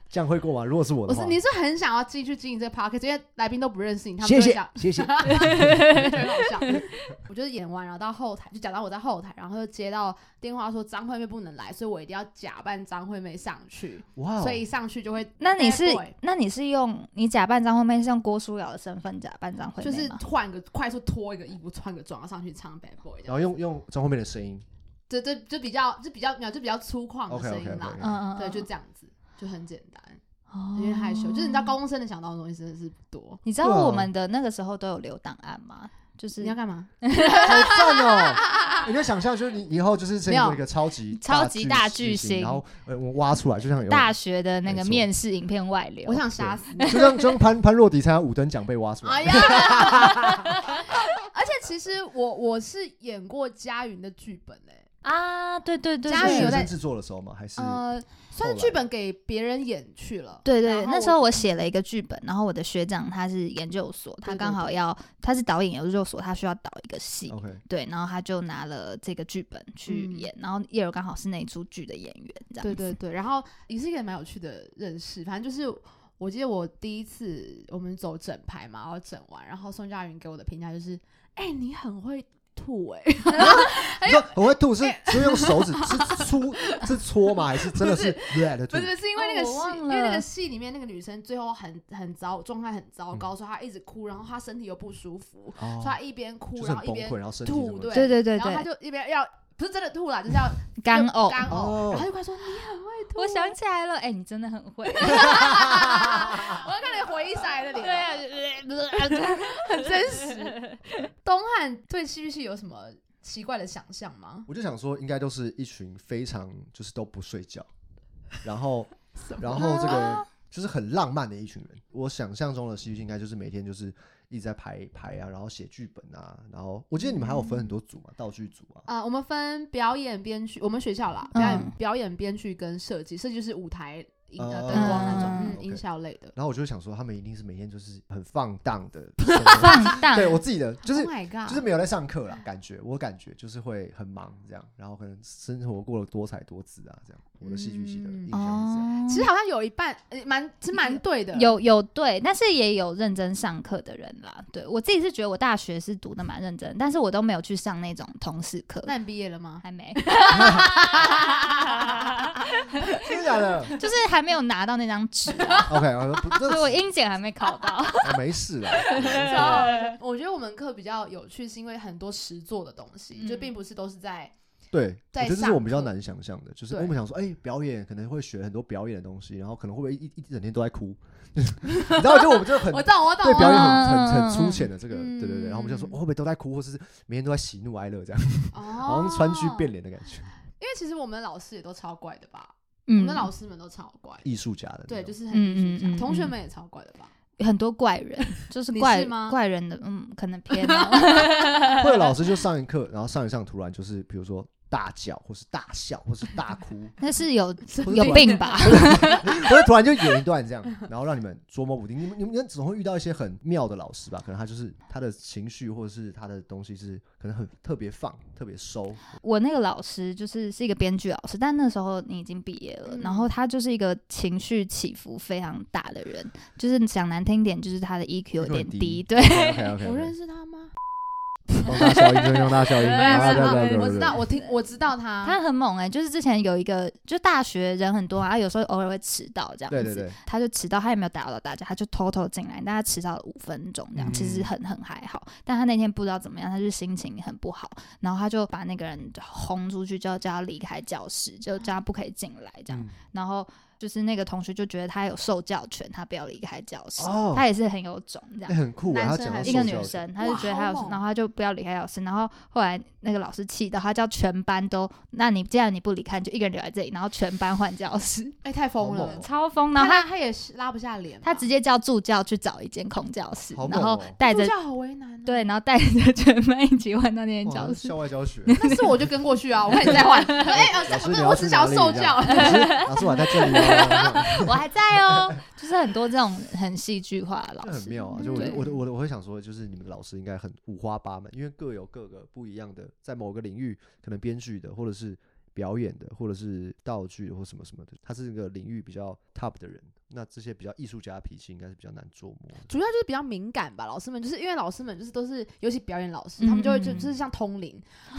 [SPEAKER 2] 这样会过吗？如果是我
[SPEAKER 1] 我
[SPEAKER 2] 的
[SPEAKER 1] 是
[SPEAKER 2] 话，
[SPEAKER 1] 你是很想要继续经营这个 p o c k e t 因为来宾都不认识你，他们
[SPEAKER 2] 谢
[SPEAKER 1] 就会
[SPEAKER 2] 谢 [LAUGHS]
[SPEAKER 1] 想。
[SPEAKER 2] 谢
[SPEAKER 3] [LAUGHS]
[SPEAKER 2] 谢。
[SPEAKER 1] 就很好笑。 [LAUGHS] 我就是演完，然后到后台，就假装我在后台，然后就接到电话说张惠妹不能来，所以我一定要假扮张惠妹上去，
[SPEAKER 2] 哇哦，
[SPEAKER 1] 所以一上去就会
[SPEAKER 3] 那你是
[SPEAKER 1] bad boy
[SPEAKER 3] 那你是用你假扮张惠妹，是用郭书瑶的身份假扮张惠妹
[SPEAKER 1] 就是
[SPEAKER 3] 吗
[SPEAKER 1] 换个快速脱一个衣服，穿个妆，然后上去唱 bad boy 这
[SPEAKER 2] 然
[SPEAKER 1] 样。
[SPEAKER 2] 后用用张惠妹的声音，
[SPEAKER 1] 对对，就比较就比较没有就比较粗犷的
[SPEAKER 2] OK，OK，
[SPEAKER 1] 声音啦
[SPEAKER 2] OK，OK，OK
[SPEAKER 3] 嗯嗯，
[SPEAKER 1] 对，就
[SPEAKER 3] 嗯
[SPEAKER 1] 这样子，就很简单，
[SPEAKER 3] 哦
[SPEAKER 1] 因为害羞，就是你知道高中生能想到的东西真的是不多。
[SPEAKER 3] 你知道
[SPEAKER 2] 对啊
[SPEAKER 3] 我们的那个时候都有留档案吗？就是
[SPEAKER 1] 你要干嘛？
[SPEAKER 2] 好
[SPEAKER 1] [LAUGHS]
[SPEAKER 2] 赞哦！你就想象，就是你以后就是成为一个超级
[SPEAKER 3] 超级大巨
[SPEAKER 2] 星，
[SPEAKER 3] 星
[SPEAKER 2] 然后呃，我挖出来，就像有
[SPEAKER 3] 大学的那
[SPEAKER 2] 没
[SPEAKER 3] 个
[SPEAKER 2] 错
[SPEAKER 3] 面试影片外流
[SPEAKER 1] 我。想杀死你！
[SPEAKER 3] [LAUGHS]
[SPEAKER 2] 就像就像潘潘若迪参加五等奖被挖出
[SPEAKER 1] 哎呀！
[SPEAKER 2] 来，
[SPEAKER 1] [LAUGHS] 而且其实我我是演过佳云的剧本哎、
[SPEAKER 3] 啊，对对对，
[SPEAKER 1] 佳
[SPEAKER 2] 是
[SPEAKER 1] 宇有
[SPEAKER 2] 学
[SPEAKER 1] 在
[SPEAKER 2] 生制作的时候吗？还是
[SPEAKER 1] 呃，算是
[SPEAKER 2] 后
[SPEAKER 1] 剧
[SPEAKER 2] 来
[SPEAKER 1] 本给别人演去了。
[SPEAKER 3] 对
[SPEAKER 1] 然
[SPEAKER 3] 对，
[SPEAKER 1] 后
[SPEAKER 3] 那时候我写了一个剧本，然后我的学长他是研究所，他
[SPEAKER 1] 对对
[SPEAKER 3] 刚好
[SPEAKER 1] 对
[SPEAKER 3] 要他是导演研究所，他需要导一个戏，
[SPEAKER 2] OK？
[SPEAKER 3] 对，然后他就拿了这个剧本去
[SPEAKER 1] 嗯
[SPEAKER 3] 演，然后叶柔刚好是那一出剧的演员，这样
[SPEAKER 1] 对
[SPEAKER 3] 子
[SPEAKER 1] 对对，然后也是一个蛮有趣的认识，反正就是。我记得我第一次我们走整排嘛，然后整完，然后宋佳云给我的评价就是：“哎、你很会吐 [LAUGHS] 哎、
[SPEAKER 2] 你说我会吐是是用手指是粗是搓吗？还是真的是 red 的吐
[SPEAKER 1] [LAUGHS] 不？是是因为那个
[SPEAKER 3] 哦我
[SPEAKER 1] 戏，
[SPEAKER 3] 忘
[SPEAKER 1] 因为那
[SPEAKER 3] 了
[SPEAKER 1] 个戏里面那个女生最后很很糟，状态很糟糕，所以她一直哭，然后她身体又不舒服，
[SPEAKER 2] 嗯哦
[SPEAKER 1] 所以她一边哭
[SPEAKER 2] 就是
[SPEAKER 1] 然
[SPEAKER 2] 很
[SPEAKER 1] 后一
[SPEAKER 2] 崩
[SPEAKER 1] 边
[SPEAKER 2] 溃，然后身体
[SPEAKER 1] 吐
[SPEAKER 2] 怎么
[SPEAKER 1] 对
[SPEAKER 3] 对对对
[SPEAKER 1] 然后她
[SPEAKER 3] 对，
[SPEAKER 1] 就一边要不是真的吐啦，就是要
[SPEAKER 3] 干
[SPEAKER 1] 就
[SPEAKER 3] 呕。
[SPEAKER 1] 干呕，
[SPEAKER 2] 哦
[SPEAKER 1] 然后就快说你很会吐，
[SPEAKER 3] 我想起来了，哎、你真的很 [LAUGHS] 会，
[SPEAKER 1] 啊我要看你回忆起来的
[SPEAKER 3] [LAUGHS]
[SPEAKER 1] 脸，
[SPEAKER 3] 对啊， [LAUGHS] 嗯
[SPEAKER 1] 很真实。东汉对戏剧系有什么奇怪的想象吗？
[SPEAKER 2] 我就想说，应该都是一群非常就是都不睡觉，然后
[SPEAKER 1] 什么
[SPEAKER 2] 然后这个就是很浪漫的一群人。我想象中的戏剧应该就是每天就是一直在排排啊，然后写剧本啊，然后我记得你们还有分很多组嘛，道具组啊，
[SPEAKER 1] 啊、我们分表演编剧，我们学校啦，
[SPEAKER 3] 嗯
[SPEAKER 1] 表演、表演编剧跟设计，设计就是舞台音呃
[SPEAKER 2] 哦
[SPEAKER 1] 灯光那种，
[SPEAKER 2] 嗯
[SPEAKER 1] 嗯，
[SPEAKER 2] OK
[SPEAKER 1] 音效类的。
[SPEAKER 2] 然后我就想说，他们一定是每天就是很放荡的生活，
[SPEAKER 3] 放荡
[SPEAKER 2] 对我自己的就是
[SPEAKER 1] Oh my god！
[SPEAKER 2] 就是没有在上课啦，感觉我感觉就是会很忙这样，然后可能生活过得多彩多姿啊，这样我的戏剧系的
[SPEAKER 1] 嗯
[SPEAKER 2] 印象是这样。
[SPEAKER 3] 哦。
[SPEAKER 1] 其实好像有一半，呃，蛮其实蛮对啊的。
[SPEAKER 3] 有有对，但是也有认真上课的人啦。对我自己是觉得我大学是读的蛮认真，但是我都没有去上那种通识课，
[SPEAKER 1] 那你毕业了吗？
[SPEAKER 3] 还 [LAUGHS] 没，
[SPEAKER 2] 真的假的
[SPEAKER 3] 就是还没有拿到那张纸啊、
[SPEAKER 2] ？OK，我说不，这
[SPEAKER 3] 所以我英检还没考 [LAUGHS] 到。
[SPEAKER 2] 啊没事啦。
[SPEAKER 1] 我觉得我们课比较有趣，是因为很多实做的东西，
[SPEAKER 3] 嗯
[SPEAKER 1] 就并不是都是在
[SPEAKER 2] 对，我
[SPEAKER 1] 在
[SPEAKER 2] 觉得这是
[SPEAKER 1] 上
[SPEAKER 2] 我们比较
[SPEAKER 1] 课
[SPEAKER 2] 难想象的，就是
[SPEAKER 1] 对
[SPEAKER 2] 我们想说，哎、表演可能会学很多表演的东西，然后可能会不会一一整天都在哭，你知道，就我们就很
[SPEAKER 1] 我懂，我懂，
[SPEAKER 2] 对
[SPEAKER 1] 我
[SPEAKER 2] 表演
[SPEAKER 1] 懂。
[SPEAKER 2] 很
[SPEAKER 3] 嗯
[SPEAKER 2] 很
[SPEAKER 3] 嗯
[SPEAKER 2] 很粗浅的这个，
[SPEAKER 1] 嗯
[SPEAKER 2] 对对对，然后我们就说，我会不会都在哭，或者是每天都在喜怒哀乐这样，好
[SPEAKER 1] 好
[SPEAKER 2] 像川剧变脸的感觉，
[SPEAKER 1] 因为其实我们的老师也都超怪的吧？我
[SPEAKER 3] 嗯
[SPEAKER 1] 们的老师们都超怪，
[SPEAKER 2] 艺术家的那
[SPEAKER 1] 对，
[SPEAKER 2] 种
[SPEAKER 1] 就是很
[SPEAKER 3] 嗯
[SPEAKER 1] 艺
[SPEAKER 3] 嗯
[SPEAKER 1] 术
[SPEAKER 3] 嗯
[SPEAKER 1] 家，同学
[SPEAKER 3] 嗯
[SPEAKER 1] 们也超怪的吧？
[SPEAKER 3] 很多怪人，就是
[SPEAKER 1] 你
[SPEAKER 3] 怪
[SPEAKER 1] 是吗
[SPEAKER 3] 怪人的，嗯，可能偏 [LAUGHS]
[SPEAKER 2] 会有老师就上一课，然后上一上突然就是比如说大叫，或是大笑，或是大哭，
[SPEAKER 3] 那是有
[SPEAKER 2] 或者
[SPEAKER 3] 有
[SPEAKER 2] 突然
[SPEAKER 3] 病吧？
[SPEAKER 2] [LAUGHS] 我就突然就演一段这样，然后让你们捉摸不定。你们你们总会遇到一些很妙的老师吧？可能他就是他的情绪或者是他的东西是可能很特别放、特别收。
[SPEAKER 1] [LAUGHS]
[SPEAKER 3] 我那个老师就是是一个编剧老师，但那时候你已经毕业了，
[SPEAKER 1] 嗯
[SPEAKER 3] 然后他就是一个情绪起伏非常大的人，就是讲难听点，就是他的 EQ
[SPEAKER 2] E
[SPEAKER 3] 有点
[SPEAKER 2] [LAUGHS]
[SPEAKER 3] 低，对，
[SPEAKER 2] OK OK，
[SPEAKER 1] 我认识他吗？
[SPEAKER 2] [LAUGHS] 用大消音，用大消音，
[SPEAKER 3] 我
[SPEAKER 1] 我也
[SPEAKER 3] 认
[SPEAKER 1] 知
[SPEAKER 3] 识
[SPEAKER 1] 道
[SPEAKER 3] 他
[SPEAKER 2] 啊对对对对对
[SPEAKER 1] 我知道，我听我知道他。
[SPEAKER 3] 他很猛哎、就是之前有一个，就大学人很多啊，有时候偶尔会迟到这样子，
[SPEAKER 2] 对对对，
[SPEAKER 3] 他就迟到，他也没有打扰到大家，他就偷偷进来，大家迟到了五分钟这样，
[SPEAKER 2] 嗯
[SPEAKER 3] 其实很很还好。但他那天不知道怎么样，他就心情很不好，然后他就把那个人轰出去，就要叫他离开教室，就叫他不可以进来这样。
[SPEAKER 2] 嗯
[SPEAKER 3] 然后就是那个同学就觉得他有受教权，他不要离开教室，
[SPEAKER 2] 哦
[SPEAKER 3] 他也是很有种这
[SPEAKER 2] 哎
[SPEAKER 3] 样。
[SPEAKER 2] 很酷啊！
[SPEAKER 1] 男
[SPEAKER 2] 他
[SPEAKER 1] 生
[SPEAKER 2] 讲到
[SPEAKER 1] 还是
[SPEAKER 3] 一个
[SPEAKER 2] 受
[SPEAKER 3] 女
[SPEAKER 2] 教育
[SPEAKER 3] 生，她就觉得
[SPEAKER 1] 哇
[SPEAKER 3] 她有
[SPEAKER 1] 好，猛
[SPEAKER 3] 然后她就不要离开老师，然后后来那个老师气到他叫全班都，那你既然你不离开，你就一个人留在这里，然后全班换教
[SPEAKER 2] [LAUGHS]
[SPEAKER 3] 室，
[SPEAKER 1] 哎、太疯
[SPEAKER 2] 好
[SPEAKER 1] 了
[SPEAKER 2] 猛哦！
[SPEAKER 3] 超疯。然
[SPEAKER 1] 那
[SPEAKER 3] 后他
[SPEAKER 1] 他他也是拉不下脸吧，
[SPEAKER 3] 他直接叫助教去找一间空教室，
[SPEAKER 2] 好猛
[SPEAKER 3] 然
[SPEAKER 2] 哦
[SPEAKER 3] 后带
[SPEAKER 1] 助
[SPEAKER 3] 着
[SPEAKER 1] 教好为难、啊。
[SPEAKER 3] 对，，然后带着全班一起换到那间
[SPEAKER 2] 哇
[SPEAKER 3] 教
[SPEAKER 2] 那
[SPEAKER 3] 室
[SPEAKER 2] 校。外教
[SPEAKER 1] [LAUGHS]
[SPEAKER 2] 学。
[SPEAKER 1] 但是我就跟过去啊，我看你在
[SPEAKER 2] [LAUGHS]
[SPEAKER 1] 换。哎、呃 [LAUGHS]
[SPEAKER 2] 老师
[SPEAKER 1] 不
[SPEAKER 2] 你
[SPEAKER 1] 是，
[SPEAKER 2] 要
[SPEAKER 1] 我
[SPEAKER 2] 去
[SPEAKER 1] 只
[SPEAKER 2] 哪
[SPEAKER 1] 想
[SPEAKER 2] 里
[SPEAKER 1] 要
[SPEAKER 2] 这
[SPEAKER 1] 受
[SPEAKER 2] 样
[SPEAKER 1] 教。 [LAUGHS]
[SPEAKER 2] 老师老师我还在这里哦，
[SPEAKER 3] 我还在哦，就是很多这种很戏剧化的
[SPEAKER 2] 这
[SPEAKER 3] 老
[SPEAKER 2] 很
[SPEAKER 3] 师，嗯
[SPEAKER 2] 妙啊！就我
[SPEAKER 3] 对
[SPEAKER 2] 我的我的我会想说，就是你们的老师应该很五花八门，因为各有各个不一样的，在某个领域可能编剧的，或者是表演的，或者是道具或什么什么的，他是一个领域比较 top 的人。那这些比较艺术家的脾气应该是比较难捉摸的。
[SPEAKER 1] 主要就是比较敏感吧，老师们就是因为老师们就是都是，尤其表演老师，他们就会就
[SPEAKER 3] 嗯
[SPEAKER 1] 就是像通灵，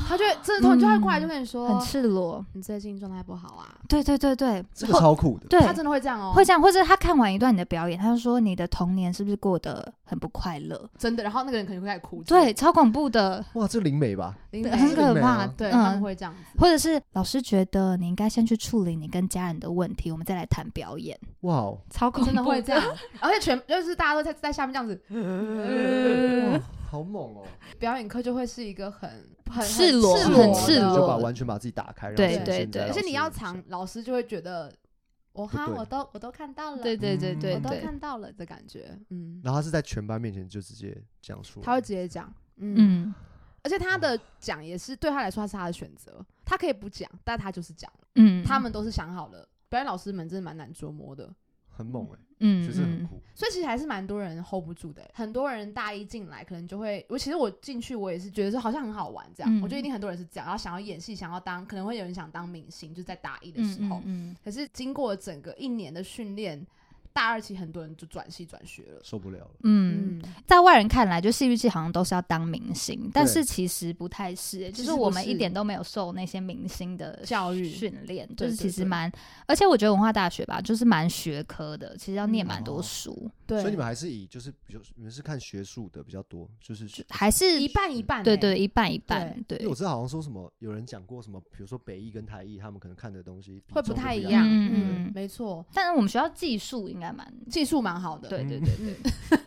[SPEAKER 1] 他就会真的通灵就会过来就跟你说，
[SPEAKER 3] 很赤裸。
[SPEAKER 1] 你最近状态不好啊，
[SPEAKER 3] 对对对对，
[SPEAKER 2] 这个
[SPEAKER 3] 或
[SPEAKER 2] 超酷的，
[SPEAKER 3] 对
[SPEAKER 1] 他真的会这样哦，
[SPEAKER 3] 会这样，或者他看完一段你的表演，他就说你的童年是不是过得很不快乐？
[SPEAKER 1] 真的，然后那个人可能会开始哭，
[SPEAKER 3] 对，，超恐怖的，
[SPEAKER 2] 哇，这灵媒吧，
[SPEAKER 1] 灵
[SPEAKER 3] 对
[SPEAKER 1] 媒
[SPEAKER 3] 很可
[SPEAKER 2] 美
[SPEAKER 3] 怕
[SPEAKER 2] 啊。
[SPEAKER 1] 对，他们
[SPEAKER 3] 嗯，
[SPEAKER 1] 会这样子，
[SPEAKER 3] 或者是老师觉得你应该先去处理你跟家人的问题，我们再来谈表演，
[SPEAKER 2] 哇哦，
[SPEAKER 3] 超恐怖，
[SPEAKER 1] 真的会这样， [LAUGHS] 而且全就是大家都在在下面这样子，嗯 [LAUGHS]
[SPEAKER 2] 哇好猛哦！
[SPEAKER 1] 表演课就会是一个很很很
[SPEAKER 3] 赤裸
[SPEAKER 1] 赤
[SPEAKER 3] 很
[SPEAKER 1] 裸
[SPEAKER 3] 赤
[SPEAKER 1] 的
[SPEAKER 3] 裸
[SPEAKER 2] 就把完全把自己打开，然后
[SPEAKER 3] 对
[SPEAKER 2] 呈
[SPEAKER 3] 对
[SPEAKER 2] 现在
[SPEAKER 3] 对
[SPEAKER 2] 老
[SPEAKER 1] 而且
[SPEAKER 2] 师
[SPEAKER 1] 你要
[SPEAKER 2] 面
[SPEAKER 1] 藏
[SPEAKER 2] 前，，
[SPEAKER 1] 老师就会觉得我哈
[SPEAKER 2] 不对
[SPEAKER 1] 我都我都看到了，
[SPEAKER 3] 对对对
[SPEAKER 2] 嗯
[SPEAKER 3] 对
[SPEAKER 1] 我都
[SPEAKER 3] 对，
[SPEAKER 1] 看到了的感觉，嗯，
[SPEAKER 2] 然后他是在全班面前就直接讲出来，
[SPEAKER 1] 他会直接讲，嗯。
[SPEAKER 3] 嗯，
[SPEAKER 1] 而且他
[SPEAKER 2] 嗯
[SPEAKER 1] 的讲也是对他来说，他是他的选择，他可以不讲，但他就是讲了。
[SPEAKER 3] 嗯，
[SPEAKER 1] 他们都是想好了，表演老师们真的蛮难捉摸的，
[SPEAKER 2] 很猛哎，
[SPEAKER 3] 嗯
[SPEAKER 2] 其实很
[SPEAKER 3] 嗯
[SPEAKER 2] 酷，
[SPEAKER 1] 所以其实还是蛮多人 hold 不住的欸。很多人大一进来可能就会，我其实我进去我也是觉得说好像很好玩这样，
[SPEAKER 3] 嗯
[SPEAKER 1] 我觉得一定很多人是这样，然后想要演戏，想要当，可能会有人想当明星，就在大一的
[SPEAKER 3] 嗯
[SPEAKER 1] 时候。
[SPEAKER 3] 嗯嗯，
[SPEAKER 1] 可是经过整个一年的训练，大二期很多人就转系转学了。
[SPEAKER 2] 受不了了。
[SPEAKER 3] 嗯，，在外人看来，就戏剧系好像都是要当明星，但是其实不太是、
[SPEAKER 1] 其
[SPEAKER 3] 就
[SPEAKER 1] 实
[SPEAKER 3] 是
[SPEAKER 1] 不
[SPEAKER 3] 我们一
[SPEAKER 1] 是
[SPEAKER 3] 点都没有受那些明星的
[SPEAKER 1] 教育
[SPEAKER 3] 训练，
[SPEAKER 1] 对
[SPEAKER 3] 就是
[SPEAKER 1] 对
[SPEAKER 3] 其实
[SPEAKER 1] 对
[SPEAKER 3] 蛮，而且我觉得文化大学吧，就是蛮学科的，其实要念蛮
[SPEAKER 2] 哦
[SPEAKER 3] 多书，
[SPEAKER 1] 对，
[SPEAKER 2] 所以你们还是以就是比较你们是看学术的比较多，就是
[SPEAKER 3] 就还是
[SPEAKER 1] 一半一半欸、
[SPEAKER 3] 对对一半一半，对
[SPEAKER 2] 因为我知道好像说什么有人讲过什么，比如说北艺跟台艺，他们可能看的东西比
[SPEAKER 1] 会不
[SPEAKER 2] 重都
[SPEAKER 1] 太
[SPEAKER 2] 一
[SPEAKER 1] 一
[SPEAKER 2] 样
[SPEAKER 3] 嗯
[SPEAKER 1] 样。嗯
[SPEAKER 3] 嗯，
[SPEAKER 1] 没错，
[SPEAKER 3] 但是我们学校技术应该蛮，
[SPEAKER 1] 技术蛮好的。
[SPEAKER 3] 对对
[SPEAKER 2] 嗯
[SPEAKER 3] 对，
[SPEAKER 1] [LAUGHS]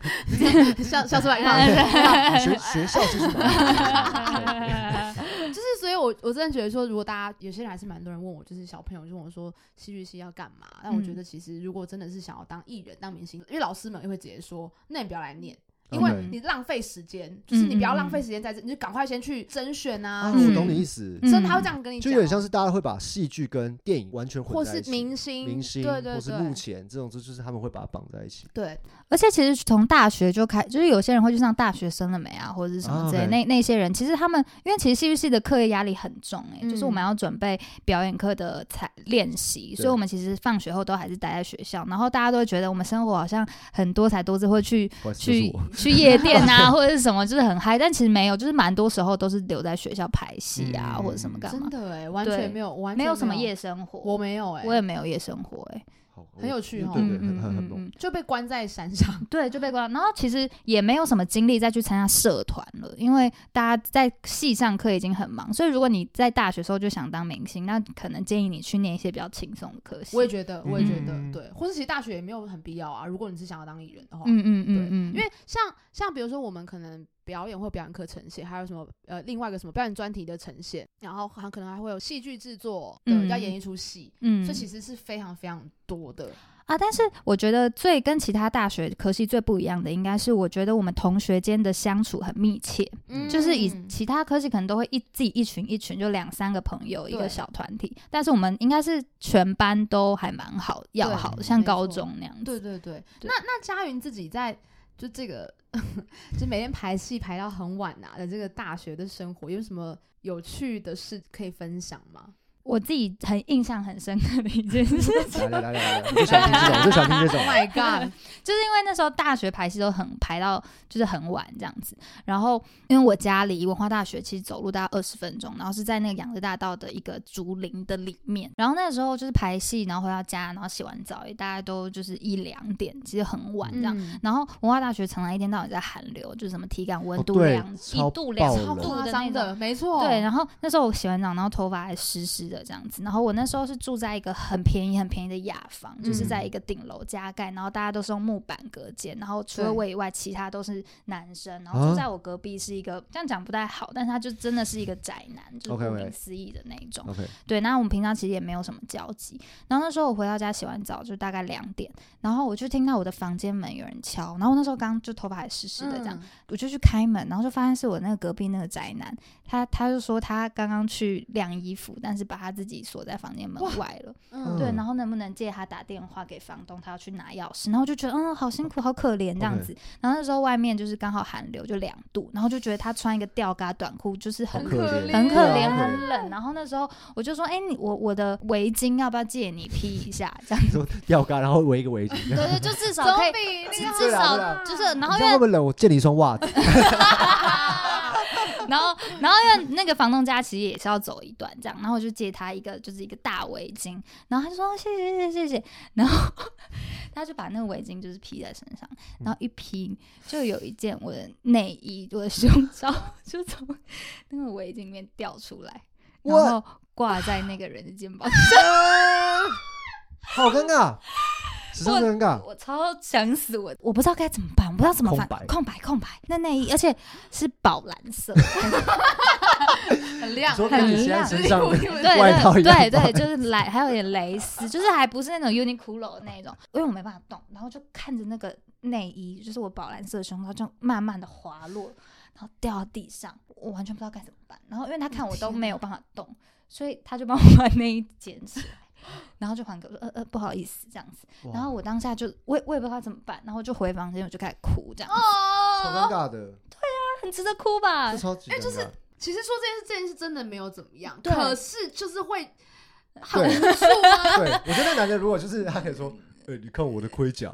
[SPEAKER 1] 笑笑
[SPEAKER 3] [LAUGHS]
[SPEAKER 1] 出来看，
[SPEAKER 2] 啊学学校就是蛮
[SPEAKER 3] [LAUGHS]
[SPEAKER 2] 好的
[SPEAKER 1] 就是所以我，我真的觉得说，如果大家有些人还是蛮多人问我，就是小朋友就问我说戏剧系要干嘛？但
[SPEAKER 3] 嗯
[SPEAKER 1] 我觉得其实如果真的是想要当艺人、当明星，因为老师们也会直接说，那你不要来念。因为
[SPEAKER 2] OK
[SPEAKER 1] 你浪费时间，就是你不要浪费时间在这，你就赶快先去甄选啊
[SPEAKER 2] 啊，
[SPEAKER 1] 或
[SPEAKER 2] 我
[SPEAKER 1] 是
[SPEAKER 2] 懂你意思，
[SPEAKER 3] 嗯
[SPEAKER 1] 真的他会这样跟你
[SPEAKER 2] 就
[SPEAKER 1] 讲，
[SPEAKER 2] 有点像是大家会把戏剧跟电影完全
[SPEAKER 1] 或
[SPEAKER 2] 混在
[SPEAKER 1] 是
[SPEAKER 2] 一起，
[SPEAKER 1] 明星，
[SPEAKER 2] 明星
[SPEAKER 1] 对对
[SPEAKER 2] 或是目
[SPEAKER 1] 对，
[SPEAKER 2] 前这种，这就是他们会把它绑在一起。
[SPEAKER 1] 对，
[SPEAKER 3] 而且其实从大学就开，就是有些人会去上大学生了没啊，或者是什
[SPEAKER 2] 啊
[SPEAKER 3] 么之类。
[SPEAKER 2] ，OK
[SPEAKER 3] 那那些人其实他们，因为其实戏剧系的课业压力很重、欸，就是我
[SPEAKER 1] 嗯
[SPEAKER 3] 们要准备表演课的才练习，所以
[SPEAKER 2] 对
[SPEAKER 3] 我们其实放学后都还是待在学校，然后大家都会觉得我们生活好像很多才多姿，会去
[SPEAKER 2] 不好意思就是
[SPEAKER 3] 去
[SPEAKER 2] 我
[SPEAKER 3] [LAUGHS] 去夜店
[SPEAKER 2] [LAUGHS]
[SPEAKER 3] 啊，或者是什么，就是很嗨。但其实没有，就是蛮多时候都是留在学校排戏啊，
[SPEAKER 2] 嗯
[SPEAKER 3] 或者什么干
[SPEAKER 1] 真
[SPEAKER 3] 嘛，
[SPEAKER 1] 的哎，完全
[SPEAKER 3] 对
[SPEAKER 1] 没有，完全
[SPEAKER 3] 没有什么夜，生活。
[SPEAKER 1] 哦我没有哎，
[SPEAKER 3] 我也没有夜生活、欸，哎，
[SPEAKER 2] 好
[SPEAKER 1] 很有趣哦
[SPEAKER 2] 对对，
[SPEAKER 3] 嗯
[SPEAKER 2] 很很很
[SPEAKER 3] 嗯嗯
[SPEAKER 2] 猛。
[SPEAKER 3] 嗯
[SPEAKER 1] 就被关在山上， [LAUGHS]
[SPEAKER 3] 对，就被关。然后其实也没有什么精力再去参加社团了，因为大家在系上课已经很忙，所以如果你在大学时候就想当明星，那可能建议你去念一些比较轻松的科系。
[SPEAKER 1] 我也觉得，我也觉得，
[SPEAKER 2] 嗯
[SPEAKER 1] 对，或是其实大学也没有很必要啊。如果你是想要当艺人的话，
[SPEAKER 3] 嗯嗯
[SPEAKER 1] 对
[SPEAKER 3] 嗯嗯，
[SPEAKER 1] 因为像像比如说我们可能表演或表演课呈现，还有什么呃另外一个什么表演专题的呈现，然后还可能还会有戏剧制作的、
[SPEAKER 3] 嗯
[SPEAKER 1] 要演一出戏，
[SPEAKER 3] 嗯
[SPEAKER 1] 所以其实是非常非常多的。
[SPEAKER 3] 啊，但是我觉得最跟其他大学科系最不一样的，应该是我觉得我们同学间的相处很密切，
[SPEAKER 2] 嗯
[SPEAKER 3] 就是以其他科系可能都会一自己一群一群，就两三个朋友一
[SPEAKER 1] 对
[SPEAKER 3] 个小团体，但是我们应该是全班都还蛮好要
[SPEAKER 1] 对
[SPEAKER 3] 好
[SPEAKER 2] 没，
[SPEAKER 3] 像高
[SPEAKER 1] 错
[SPEAKER 3] 中那样子。
[SPEAKER 1] 对对对，
[SPEAKER 3] 对
[SPEAKER 1] 那那佳云自己在就这个 [LAUGHS] 就每天排戏排到很晚呐、的这个大学的生活，有什么有趣的事可以分享吗？ [LAUGHS]
[SPEAKER 3] 我自己很印象很深刻的一件事，
[SPEAKER 2] 来来来来来，我就想听这种，我就想听这
[SPEAKER 1] [LAUGHS]
[SPEAKER 2] 种
[SPEAKER 1] Oh。my
[SPEAKER 3] [LAUGHS]
[SPEAKER 1] god！
[SPEAKER 3] 就是因为那时候大学排戏都很排到就是很晚这样子，然后因为我家离文化大学其实走路大概二十分钟，然后是在那个养乐大道的一个竹林的里面，然后那时候就是排戏，然后回到家，然后洗完澡也大概都就是一两点，其实很晚这样。
[SPEAKER 1] 嗯
[SPEAKER 3] 然后文化大学常常一天到晚在寒流，就是什么体感温
[SPEAKER 2] 哦
[SPEAKER 3] 度
[SPEAKER 2] 对
[SPEAKER 3] 两、
[SPEAKER 2] 超
[SPEAKER 3] 一度两
[SPEAKER 2] 爆
[SPEAKER 3] 度
[SPEAKER 1] 超
[SPEAKER 3] 的
[SPEAKER 2] 冷
[SPEAKER 1] 夸
[SPEAKER 3] 那
[SPEAKER 1] 张
[SPEAKER 3] 种，
[SPEAKER 1] 的，没错，
[SPEAKER 3] 对，然后那时候我洗完澡，然后头发还湿湿的，的这样子。然后我那时候是住在一个很便宜、很便宜的雅房，就是在一个顶楼加盖，然后大家都是用木板隔间，然后除了我以外，其他都是男生。然后住在我隔壁是一个，这样讲不太好，但是他就真的是一个宅男，就是
[SPEAKER 2] OK，OK 嗯
[SPEAKER 3] 顾名思义的那一种。
[SPEAKER 2] OK，
[SPEAKER 3] 对，那我们平常其实也没有什么交集。然后那时候我回到家洗完澡就大概两点，然后我就听到我的房间门有人敲，然后我那时候刚就头发还湿湿的这
[SPEAKER 1] 嗯
[SPEAKER 3] 样，我就去开门，然后就发现是我那个隔壁那个宅男，他他就说他刚刚去晾衣服，但是把他自己锁在房间门
[SPEAKER 1] 哇
[SPEAKER 3] 外了。
[SPEAKER 1] 嗯，
[SPEAKER 3] 对，
[SPEAKER 2] 嗯
[SPEAKER 3] 然后能不能借他打电话给房东，他要去拿钥匙，然后我就觉得嗯，好辛苦，好可怜这样
[SPEAKER 2] OK
[SPEAKER 3] 子。然后那时候外面就是刚好寒流，就两度，然后就觉得他穿一个吊嘎短裤，就是
[SPEAKER 2] 好
[SPEAKER 3] 很
[SPEAKER 2] 可怜，
[SPEAKER 3] 很
[SPEAKER 1] 怜
[SPEAKER 3] 可
[SPEAKER 1] 啊
[SPEAKER 3] 怜，
[SPEAKER 2] 好可怜
[SPEAKER 3] 很冷。然后那时候我就说，哎、你我我的围巾要不要借你披一下？这样子，
[SPEAKER 2] 吊杆，然后围一个围巾。
[SPEAKER 3] [LAUGHS] 对对，就至少可以
[SPEAKER 1] 总，比
[SPEAKER 3] 至
[SPEAKER 1] 那个
[SPEAKER 3] 至
[SPEAKER 2] 对啊
[SPEAKER 3] 少
[SPEAKER 2] 对啊
[SPEAKER 3] 就是，然
[SPEAKER 2] 你
[SPEAKER 3] 后
[SPEAKER 2] 知
[SPEAKER 3] 因
[SPEAKER 2] 道
[SPEAKER 3] 为
[SPEAKER 2] 会不会冷？我借你一
[SPEAKER 3] [LAUGHS]
[SPEAKER 2] 双袜子。
[SPEAKER 3] 然后，然后因为那个房东家其实也是要走一段这样，然后我就借他一个就是一个大围巾，然后他就说谢谢谢谢谢谢，然后他就把那个围巾就是披在身上，然后一披就有一件我的内衣我的胸罩就从那个围巾里面掉出
[SPEAKER 2] [LAUGHS]
[SPEAKER 3] 来，然
[SPEAKER 2] 哇
[SPEAKER 3] 后挂在那个人的肩膀上，
[SPEAKER 2] 好尴尬，史上最尴尬。
[SPEAKER 3] 我超想死我，我不知道该怎么办，我不知道怎么反
[SPEAKER 2] 空白
[SPEAKER 3] 空白空白那内衣，而且是宝蓝色，
[SPEAKER 1] 很
[SPEAKER 2] 你
[SPEAKER 1] 亮，
[SPEAKER 2] 说
[SPEAKER 3] 很
[SPEAKER 2] 跟你现在
[SPEAKER 3] 亮
[SPEAKER 2] 身上的
[SPEAKER 3] 对
[SPEAKER 2] [LAUGHS] 外套一
[SPEAKER 3] 对
[SPEAKER 2] 样
[SPEAKER 3] 对
[SPEAKER 2] 吧
[SPEAKER 3] 对，就是来还有点蕾丝，就是还不是那种 Uniqlo 的那种，因为我没办法动，然后就看着那个内衣，就是我宝蓝色的胸罩，就慢慢的滑落，然后掉到地上，我完全不知道该怎么办。然后因为他看我都没有办法动，所以他就帮我把内衣捡起来。然后就还给我说，呃呃，不好意思，这样子。
[SPEAKER 2] 哇
[SPEAKER 3] 然后我当下就，呃我也我也不知道怎么办，然后就回房间，我就开始哭，
[SPEAKER 1] 哦
[SPEAKER 3] 这样子，
[SPEAKER 2] 哦
[SPEAKER 3] 哦
[SPEAKER 2] 超尴尬的，
[SPEAKER 3] 很值得哭吧
[SPEAKER 2] 这？超级尴尬。 [LAUGHS] 就是
[SPEAKER 1] 其实说这件事，这件事真的没有怎么样，
[SPEAKER 3] 对
[SPEAKER 1] 可是就是会很
[SPEAKER 2] 对
[SPEAKER 1] 无助啊。
[SPEAKER 2] [LAUGHS] 对，我觉得那男的如果就是他可以说，呃，你看我的
[SPEAKER 3] [LAUGHS]
[SPEAKER 2] 盔甲，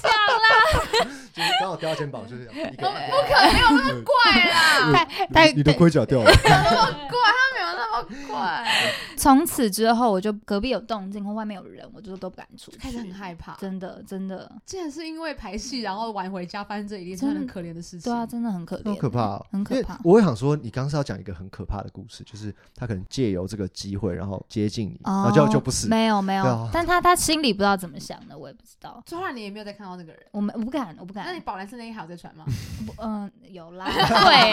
[SPEAKER 3] 这样啦，
[SPEAKER 2] [LAUGHS] 就是刚好掉到肩膀，就是这样一
[SPEAKER 1] 我
[SPEAKER 2] 个
[SPEAKER 1] 们不可能没有那么怪啦，
[SPEAKER 2] [LAUGHS] 呃
[SPEAKER 3] 太
[SPEAKER 2] 你的盔甲掉了，
[SPEAKER 1] 他没有那么怪，
[SPEAKER 3] 从此之后，我就隔壁有动静或外面有人，我就都不敢出去。
[SPEAKER 1] 开始很害怕。
[SPEAKER 3] 真的，真的，
[SPEAKER 1] 竟然是因为排戏，然后晚回家，发现这一定是很可怜的事情。
[SPEAKER 3] 对啊，真的很可
[SPEAKER 2] 好
[SPEAKER 3] 怜，
[SPEAKER 2] 可怕哦，
[SPEAKER 3] 很
[SPEAKER 2] 因
[SPEAKER 3] 可
[SPEAKER 2] 为
[SPEAKER 3] 怕。
[SPEAKER 2] 我会想说，你刚刚是要讲一个很可怕的故事，就是他可能借由这个机会，然后接近你，然后就就不
[SPEAKER 3] 哦
[SPEAKER 2] 是。
[SPEAKER 3] 没有没有，
[SPEAKER 2] 对啊
[SPEAKER 3] 但他他心里不知道怎么想的，我也不知道。
[SPEAKER 1] 最后你也没有再看到那个人。
[SPEAKER 3] 我们我不敢，我不
[SPEAKER 1] 那你
[SPEAKER 3] 敢。
[SPEAKER 1] 宝蓝色内衣还有在穿吗？
[SPEAKER 3] 不嗯、有
[SPEAKER 2] [LAUGHS]
[SPEAKER 3] 啦，对，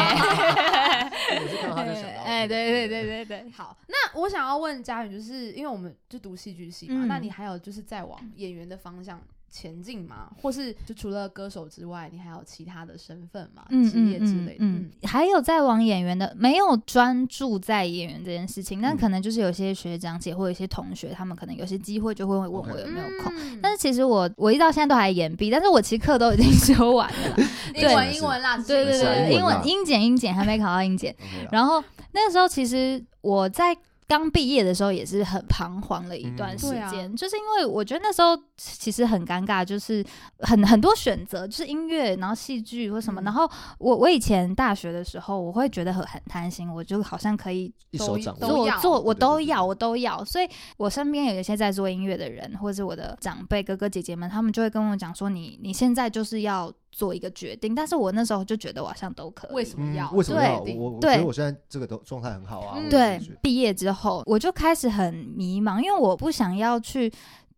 [SPEAKER 2] 我是看哦到他在想到，
[SPEAKER 3] 哎，对对对对对，
[SPEAKER 1] 好，那我想要问佳宇，就是因为我们就读戏剧系嘛，
[SPEAKER 3] 嗯
[SPEAKER 1] 那你还有就是在往演员的方向前进吗？或是就除了歌手之外，你还有其他的身份吗？
[SPEAKER 3] 嗯
[SPEAKER 1] 职业
[SPEAKER 3] 嗯
[SPEAKER 1] 之
[SPEAKER 3] 嗯
[SPEAKER 1] 类的？
[SPEAKER 3] 嗯，还有在往演员的，没有专注在演员这件事情，
[SPEAKER 2] 嗯
[SPEAKER 3] 但可能就是有些学长姐或有些同学，他们可能有些机会就会问我
[SPEAKER 2] OK
[SPEAKER 1] 嗯
[SPEAKER 2] 嗯
[SPEAKER 3] 有没有空。
[SPEAKER 1] 空
[SPEAKER 3] 但是其实我我一直到现在都还延毕，但是我其实课都已经 [LAUGHS] 修完
[SPEAKER 2] [LAUGHS]
[SPEAKER 3] 了啦，
[SPEAKER 1] 英
[SPEAKER 3] 对
[SPEAKER 1] 文英文啦，
[SPEAKER 3] 对对
[SPEAKER 2] 是啊
[SPEAKER 3] 对，
[SPEAKER 2] 英
[SPEAKER 3] 英
[SPEAKER 2] 文啦
[SPEAKER 3] 文英检英检还没考到英检，
[SPEAKER 2] OK 啦
[SPEAKER 3] 然后那个时候其实我在刚毕业的时候也是很彷徨了一段时
[SPEAKER 1] 嗯对
[SPEAKER 3] 间，
[SPEAKER 1] 啊
[SPEAKER 3] 就是因为我觉得那时候其实很尴尬，就是很很多选择，就是音乐，然后戏剧或什么。
[SPEAKER 1] 嗯
[SPEAKER 3] 然后我我以前大学的时候，我会觉得很很贪心，我就好像可以
[SPEAKER 2] 一手掌
[SPEAKER 1] 都
[SPEAKER 2] 握，
[SPEAKER 3] 做
[SPEAKER 1] 要
[SPEAKER 3] 做我
[SPEAKER 2] 对对
[SPEAKER 3] 都
[SPEAKER 2] 对
[SPEAKER 3] 要我都要，所以我身边有一些在做音乐的人，或者是我的长辈哥哥姐姐们，他们就会跟我讲说你你现在就是要做一个决定，但是我那时候就觉得我好像都可以，
[SPEAKER 1] 为什么要？
[SPEAKER 2] 嗯为什么
[SPEAKER 3] 对
[SPEAKER 2] 要？我我我觉
[SPEAKER 3] 对
[SPEAKER 2] 得我现在这个都状态很好啊，
[SPEAKER 1] 嗯
[SPEAKER 2] 我
[SPEAKER 3] 对
[SPEAKER 2] 自己觉得，
[SPEAKER 3] 毕业之后我就开始很迷茫，因为我不想要去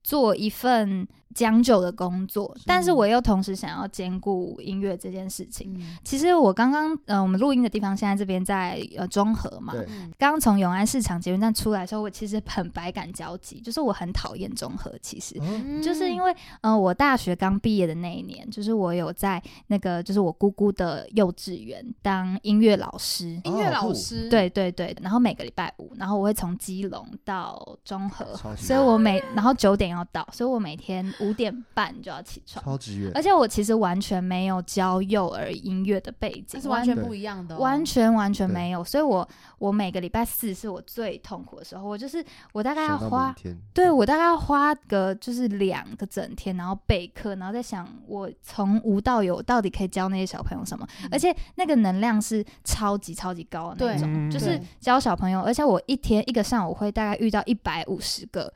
[SPEAKER 3] 做一份将就的工作，但是我又同时想要兼顾音乐这件事情。
[SPEAKER 1] 嗯
[SPEAKER 3] 其实我刚刚，呃，我们录音的地方现在这边在呃中和嘛，
[SPEAKER 2] 对
[SPEAKER 1] 嗯
[SPEAKER 3] 刚从永安市场捷运站出来的时候，我其实很百感交集，就是我很讨厌中和，其实。
[SPEAKER 2] 嗯
[SPEAKER 3] 就是因为，呃，我大学刚毕业的那一年，就是我有在那个，就是我姑姑的幼稚园当音乐老师，
[SPEAKER 1] 音乐
[SPEAKER 2] 哦
[SPEAKER 1] 老
[SPEAKER 2] 酷
[SPEAKER 1] 师，
[SPEAKER 3] 对对对，然后每个礼拜五，然后我会从基隆到中和，
[SPEAKER 2] 超级
[SPEAKER 3] 所以我每然后九点要到，所以我每天五点半就要起床，
[SPEAKER 2] 超级远，
[SPEAKER 3] 而且我其实完全没有教幼儿音乐的背景
[SPEAKER 1] 这，是完全
[SPEAKER 2] 对
[SPEAKER 1] 不一样的哦，
[SPEAKER 3] 完全完全
[SPEAKER 2] 对
[SPEAKER 3] 没有，所以我我每个礼拜四是我最痛苦的时候，我就是我大概要
[SPEAKER 2] 想到明
[SPEAKER 3] 花。
[SPEAKER 2] 天，
[SPEAKER 3] 对，我大概要花个就是两个整天，然后备课，然后再想我从无到有到底可以教那些小朋友什么，
[SPEAKER 1] 嗯
[SPEAKER 3] 而且那个能量是超级超级高的那
[SPEAKER 1] 对
[SPEAKER 3] 种。
[SPEAKER 2] 嗯
[SPEAKER 3] 就是
[SPEAKER 1] 对
[SPEAKER 3] 教小朋友，而且我一天一个上午会大概遇到一百五十个，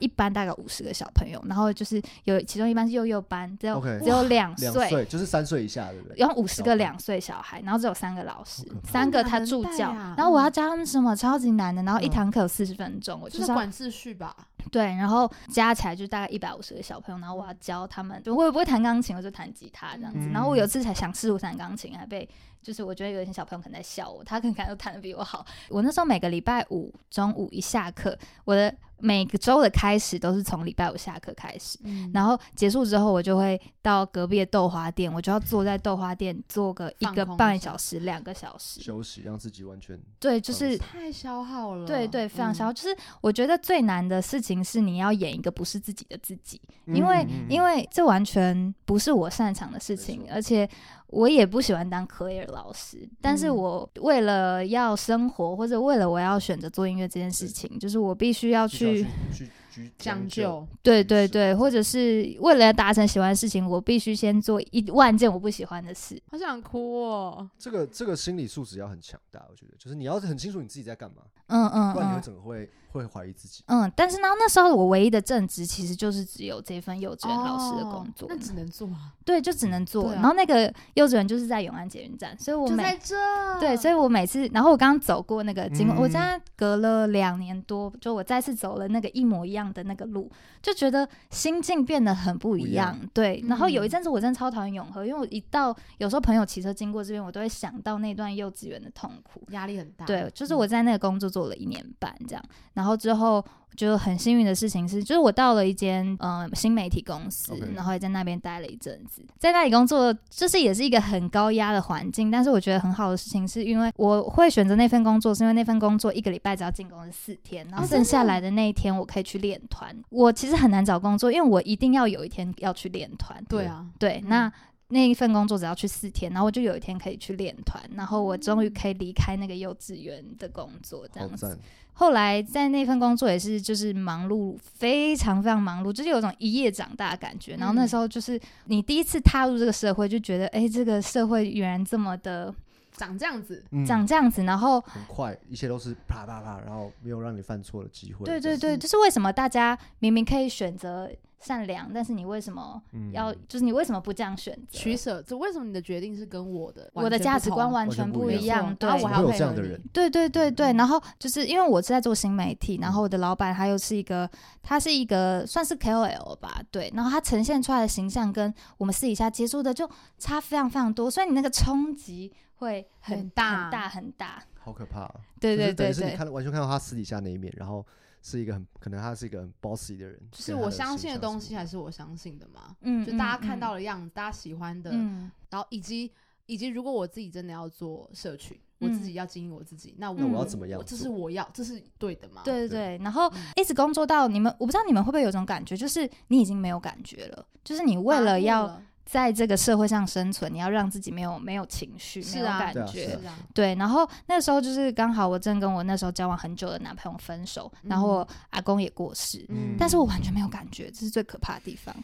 [SPEAKER 3] 一般大概五十个小朋友，然后就是是有其中一班是幼幼班，只有
[SPEAKER 2] OK
[SPEAKER 3] 只有两
[SPEAKER 2] 两
[SPEAKER 3] 岁，
[SPEAKER 2] 就是三岁以下，对不对？
[SPEAKER 3] 然后五十个两岁小孩，然后只有三个老师
[SPEAKER 2] 好可，怕
[SPEAKER 3] 三个他助
[SPEAKER 1] 好
[SPEAKER 3] 教
[SPEAKER 1] 难带啊，
[SPEAKER 3] 然后我要教他们什么超级难的，然后一
[SPEAKER 2] 嗯
[SPEAKER 3] 堂课有四十分钟，我就
[SPEAKER 1] 就是
[SPEAKER 3] 是要
[SPEAKER 1] 管秩序吧。
[SPEAKER 3] 对，然后加起来就大概一百五十个小朋友，然后我要教他们，我也不会弹钢琴，我就弹吉他这样子。然后我有次才想试图弹钢琴，还被就是我觉得有一些小朋友可能在笑我，他可能感觉弹的比我好。我那时候每个礼拜五中午一下课，我的每个周的开始都是从礼拜五下课开始。
[SPEAKER 1] 嗯
[SPEAKER 3] 然后结束之后，我就会到隔壁的豆花店，我就要坐在豆花店坐个一
[SPEAKER 1] 放
[SPEAKER 3] 个
[SPEAKER 1] 空一
[SPEAKER 3] 半
[SPEAKER 1] 下
[SPEAKER 3] 小时、两个小时。
[SPEAKER 2] 休息，让自己完全
[SPEAKER 3] 对，就
[SPEAKER 2] 放
[SPEAKER 3] 是
[SPEAKER 1] 太消耗了，
[SPEAKER 3] 对对，非常消
[SPEAKER 1] 嗯
[SPEAKER 3] 耗。就是我觉得最难的事情是你要演一个不是自己的自己，因为、
[SPEAKER 2] 嗯
[SPEAKER 3] 因为这完全不是我擅长的事情
[SPEAKER 2] 没，错
[SPEAKER 3] 而且我也不喜欢当科 e 老师。但是
[SPEAKER 1] 嗯
[SPEAKER 3] 我为了要生活，或者为了我要选择做音乐这件事
[SPEAKER 2] 对
[SPEAKER 3] 情，就是我必须要去
[SPEAKER 2] 去去去
[SPEAKER 1] 讲究，
[SPEAKER 3] 对
[SPEAKER 2] 取
[SPEAKER 3] 对
[SPEAKER 2] 舍
[SPEAKER 3] 对，或者是为了达成喜欢的事情，我必须先做一万件我不喜欢的事。
[SPEAKER 1] 好想哭哦。
[SPEAKER 2] 这个这个心理素质要很强大，我觉得就是你要很清楚你自己在干嘛，
[SPEAKER 3] 嗯嗯
[SPEAKER 2] 不然你会
[SPEAKER 3] 嗯。
[SPEAKER 2] 整个会会怀疑自己。
[SPEAKER 3] 嗯，但是呢，那时候我唯一的正职其实就是只有这份幼稚园老师的
[SPEAKER 1] 哦
[SPEAKER 3] 工作，
[SPEAKER 1] 那只能做啊，
[SPEAKER 3] 对，就只能做。
[SPEAKER 1] 对啊
[SPEAKER 3] 然后那个幼稚园就是在永安捷运站，所以我
[SPEAKER 1] 就
[SPEAKER 3] 每
[SPEAKER 1] 在这。
[SPEAKER 3] 对，所以我每次，然后我刚刚走过那个经过，我
[SPEAKER 2] 嗯
[SPEAKER 3] 在隔了两年多，就我再次走了那个一模一样的那个路，就觉得心境变得很不
[SPEAKER 2] 不
[SPEAKER 3] 一
[SPEAKER 2] 一样
[SPEAKER 3] 样。对，然后有一
[SPEAKER 1] 嗯
[SPEAKER 3] 阵子我真的超讨厌永和，因为我一到有时候朋友骑车经过这边，我都会想到那段幼稚园的痛苦。
[SPEAKER 1] 压力很大。嗯
[SPEAKER 3] 对，就是我在那个工作做了一年半这样，然后之后就很幸运的事情是，就是我到了一间呃新媒体公司
[SPEAKER 2] OK
[SPEAKER 3] 然后也在那边待了一阵子，在那里工作，就是也是一个很高压的环境，但是我觉得很好的事情是因为我会选择那份工作，是因为那份工作一个礼拜只要进公司四天，然后
[SPEAKER 1] 哦
[SPEAKER 3] 剩
[SPEAKER 1] 真
[SPEAKER 3] 下
[SPEAKER 1] 的
[SPEAKER 3] 来的那一天我可以去练团。我其实很难找工作，因为我一定要有一天要去练团。
[SPEAKER 1] 对啊，
[SPEAKER 3] 对，
[SPEAKER 1] 嗯
[SPEAKER 3] 那那一份工作只要去四天，然后我就有一天可以去练团，然后我终于可以离开那个幼稚园的工作这
[SPEAKER 2] 好
[SPEAKER 3] 样子。
[SPEAKER 2] 赞，
[SPEAKER 3] 后来在那份工作也是就是忙碌，非常非常忙碌，就是有一种一夜长大的感觉。然后那
[SPEAKER 1] 嗯
[SPEAKER 3] 时候就是你第一次踏入这个社会，就觉得哎、诶这个社会原来这么的
[SPEAKER 1] 长这样子，
[SPEAKER 2] 嗯
[SPEAKER 3] 长这样子，然后
[SPEAKER 2] 很快，一切都是啪啪啪，然后没有让你犯错的机会。
[SPEAKER 3] 对对
[SPEAKER 2] 这样
[SPEAKER 3] 对，就是为什么大家明明可以选择善良，但是你为什么
[SPEAKER 2] 嗯
[SPEAKER 3] 要、就是你为什么不这样选择？
[SPEAKER 1] 取舍，这为什么你的决定是跟我的
[SPEAKER 3] 我的
[SPEAKER 1] 完全
[SPEAKER 3] 价
[SPEAKER 1] 不
[SPEAKER 3] 值
[SPEAKER 1] 同
[SPEAKER 3] 观完
[SPEAKER 2] 完全
[SPEAKER 3] 全
[SPEAKER 2] 不
[SPEAKER 3] 不
[SPEAKER 2] 一
[SPEAKER 3] 一
[SPEAKER 1] 样
[SPEAKER 3] 样，
[SPEAKER 1] 然
[SPEAKER 3] 对，
[SPEAKER 1] 后我
[SPEAKER 2] 怎
[SPEAKER 1] 还
[SPEAKER 2] 么
[SPEAKER 1] 要
[SPEAKER 2] 会有
[SPEAKER 1] 配
[SPEAKER 2] 这样啊
[SPEAKER 1] 合
[SPEAKER 2] 的
[SPEAKER 1] 你
[SPEAKER 2] 人？
[SPEAKER 3] 对对对对，
[SPEAKER 1] 嗯
[SPEAKER 3] 然后就是因为我是在做新媒体，然后我的老板他又是一个，他是一个算是 KOL 吧，对，然后他呈现出来的形象跟我们私底下接触的就差非常非常多，所以你那个冲击会很
[SPEAKER 1] 很大
[SPEAKER 3] 很大很大，
[SPEAKER 2] 好可怕、啊。
[SPEAKER 3] 对
[SPEAKER 2] 就是
[SPEAKER 3] 对
[SPEAKER 2] 等于
[SPEAKER 3] 对
[SPEAKER 2] 是你
[SPEAKER 3] 对。
[SPEAKER 2] 看完全看到他私底下那一面，然后是一个很可能他是一个很 bossy 的人，
[SPEAKER 1] 就是
[SPEAKER 2] 跟
[SPEAKER 1] 我
[SPEAKER 2] 他的
[SPEAKER 1] 相
[SPEAKER 2] 啊形
[SPEAKER 1] 信的
[SPEAKER 2] 象
[SPEAKER 1] 东
[SPEAKER 2] 什
[SPEAKER 1] 西啊
[SPEAKER 2] 么
[SPEAKER 1] 还是我相信的嘛。
[SPEAKER 3] 嗯
[SPEAKER 1] 就大家看到
[SPEAKER 3] 了，
[SPEAKER 1] 的样子，大家喜欢的，
[SPEAKER 3] 嗯，
[SPEAKER 1] 然后以及以及如果我自己真的要做社群，我
[SPEAKER 3] 嗯
[SPEAKER 1] 自己要经营我自己，那我
[SPEAKER 3] 那我要
[SPEAKER 2] 怎么样
[SPEAKER 1] 我这
[SPEAKER 2] 做
[SPEAKER 1] 是我要，这是啊对的嘛？，
[SPEAKER 3] 对对
[SPEAKER 2] 对
[SPEAKER 3] 对，然后
[SPEAKER 1] 嗯
[SPEAKER 3] 一直工作到你们，我不知道你们会不会有种感觉，就是你已经没有感觉了，就是你为了要在这个社会上生存，你要让自己没有没有情绪，没
[SPEAKER 1] 是
[SPEAKER 3] 有
[SPEAKER 1] 啊
[SPEAKER 3] 感
[SPEAKER 2] 对啊
[SPEAKER 3] 觉，
[SPEAKER 2] 是
[SPEAKER 1] 是啊，
[SPEAKER 3] 对，然后那时候就是刚好我正跟我那时候交往很久的男朋友分手，然后我阿公也过世，
[SPEAKER 2] 嗯
[SPEAKER 3] 但是我完全没有感觉，这是最可怕的地方。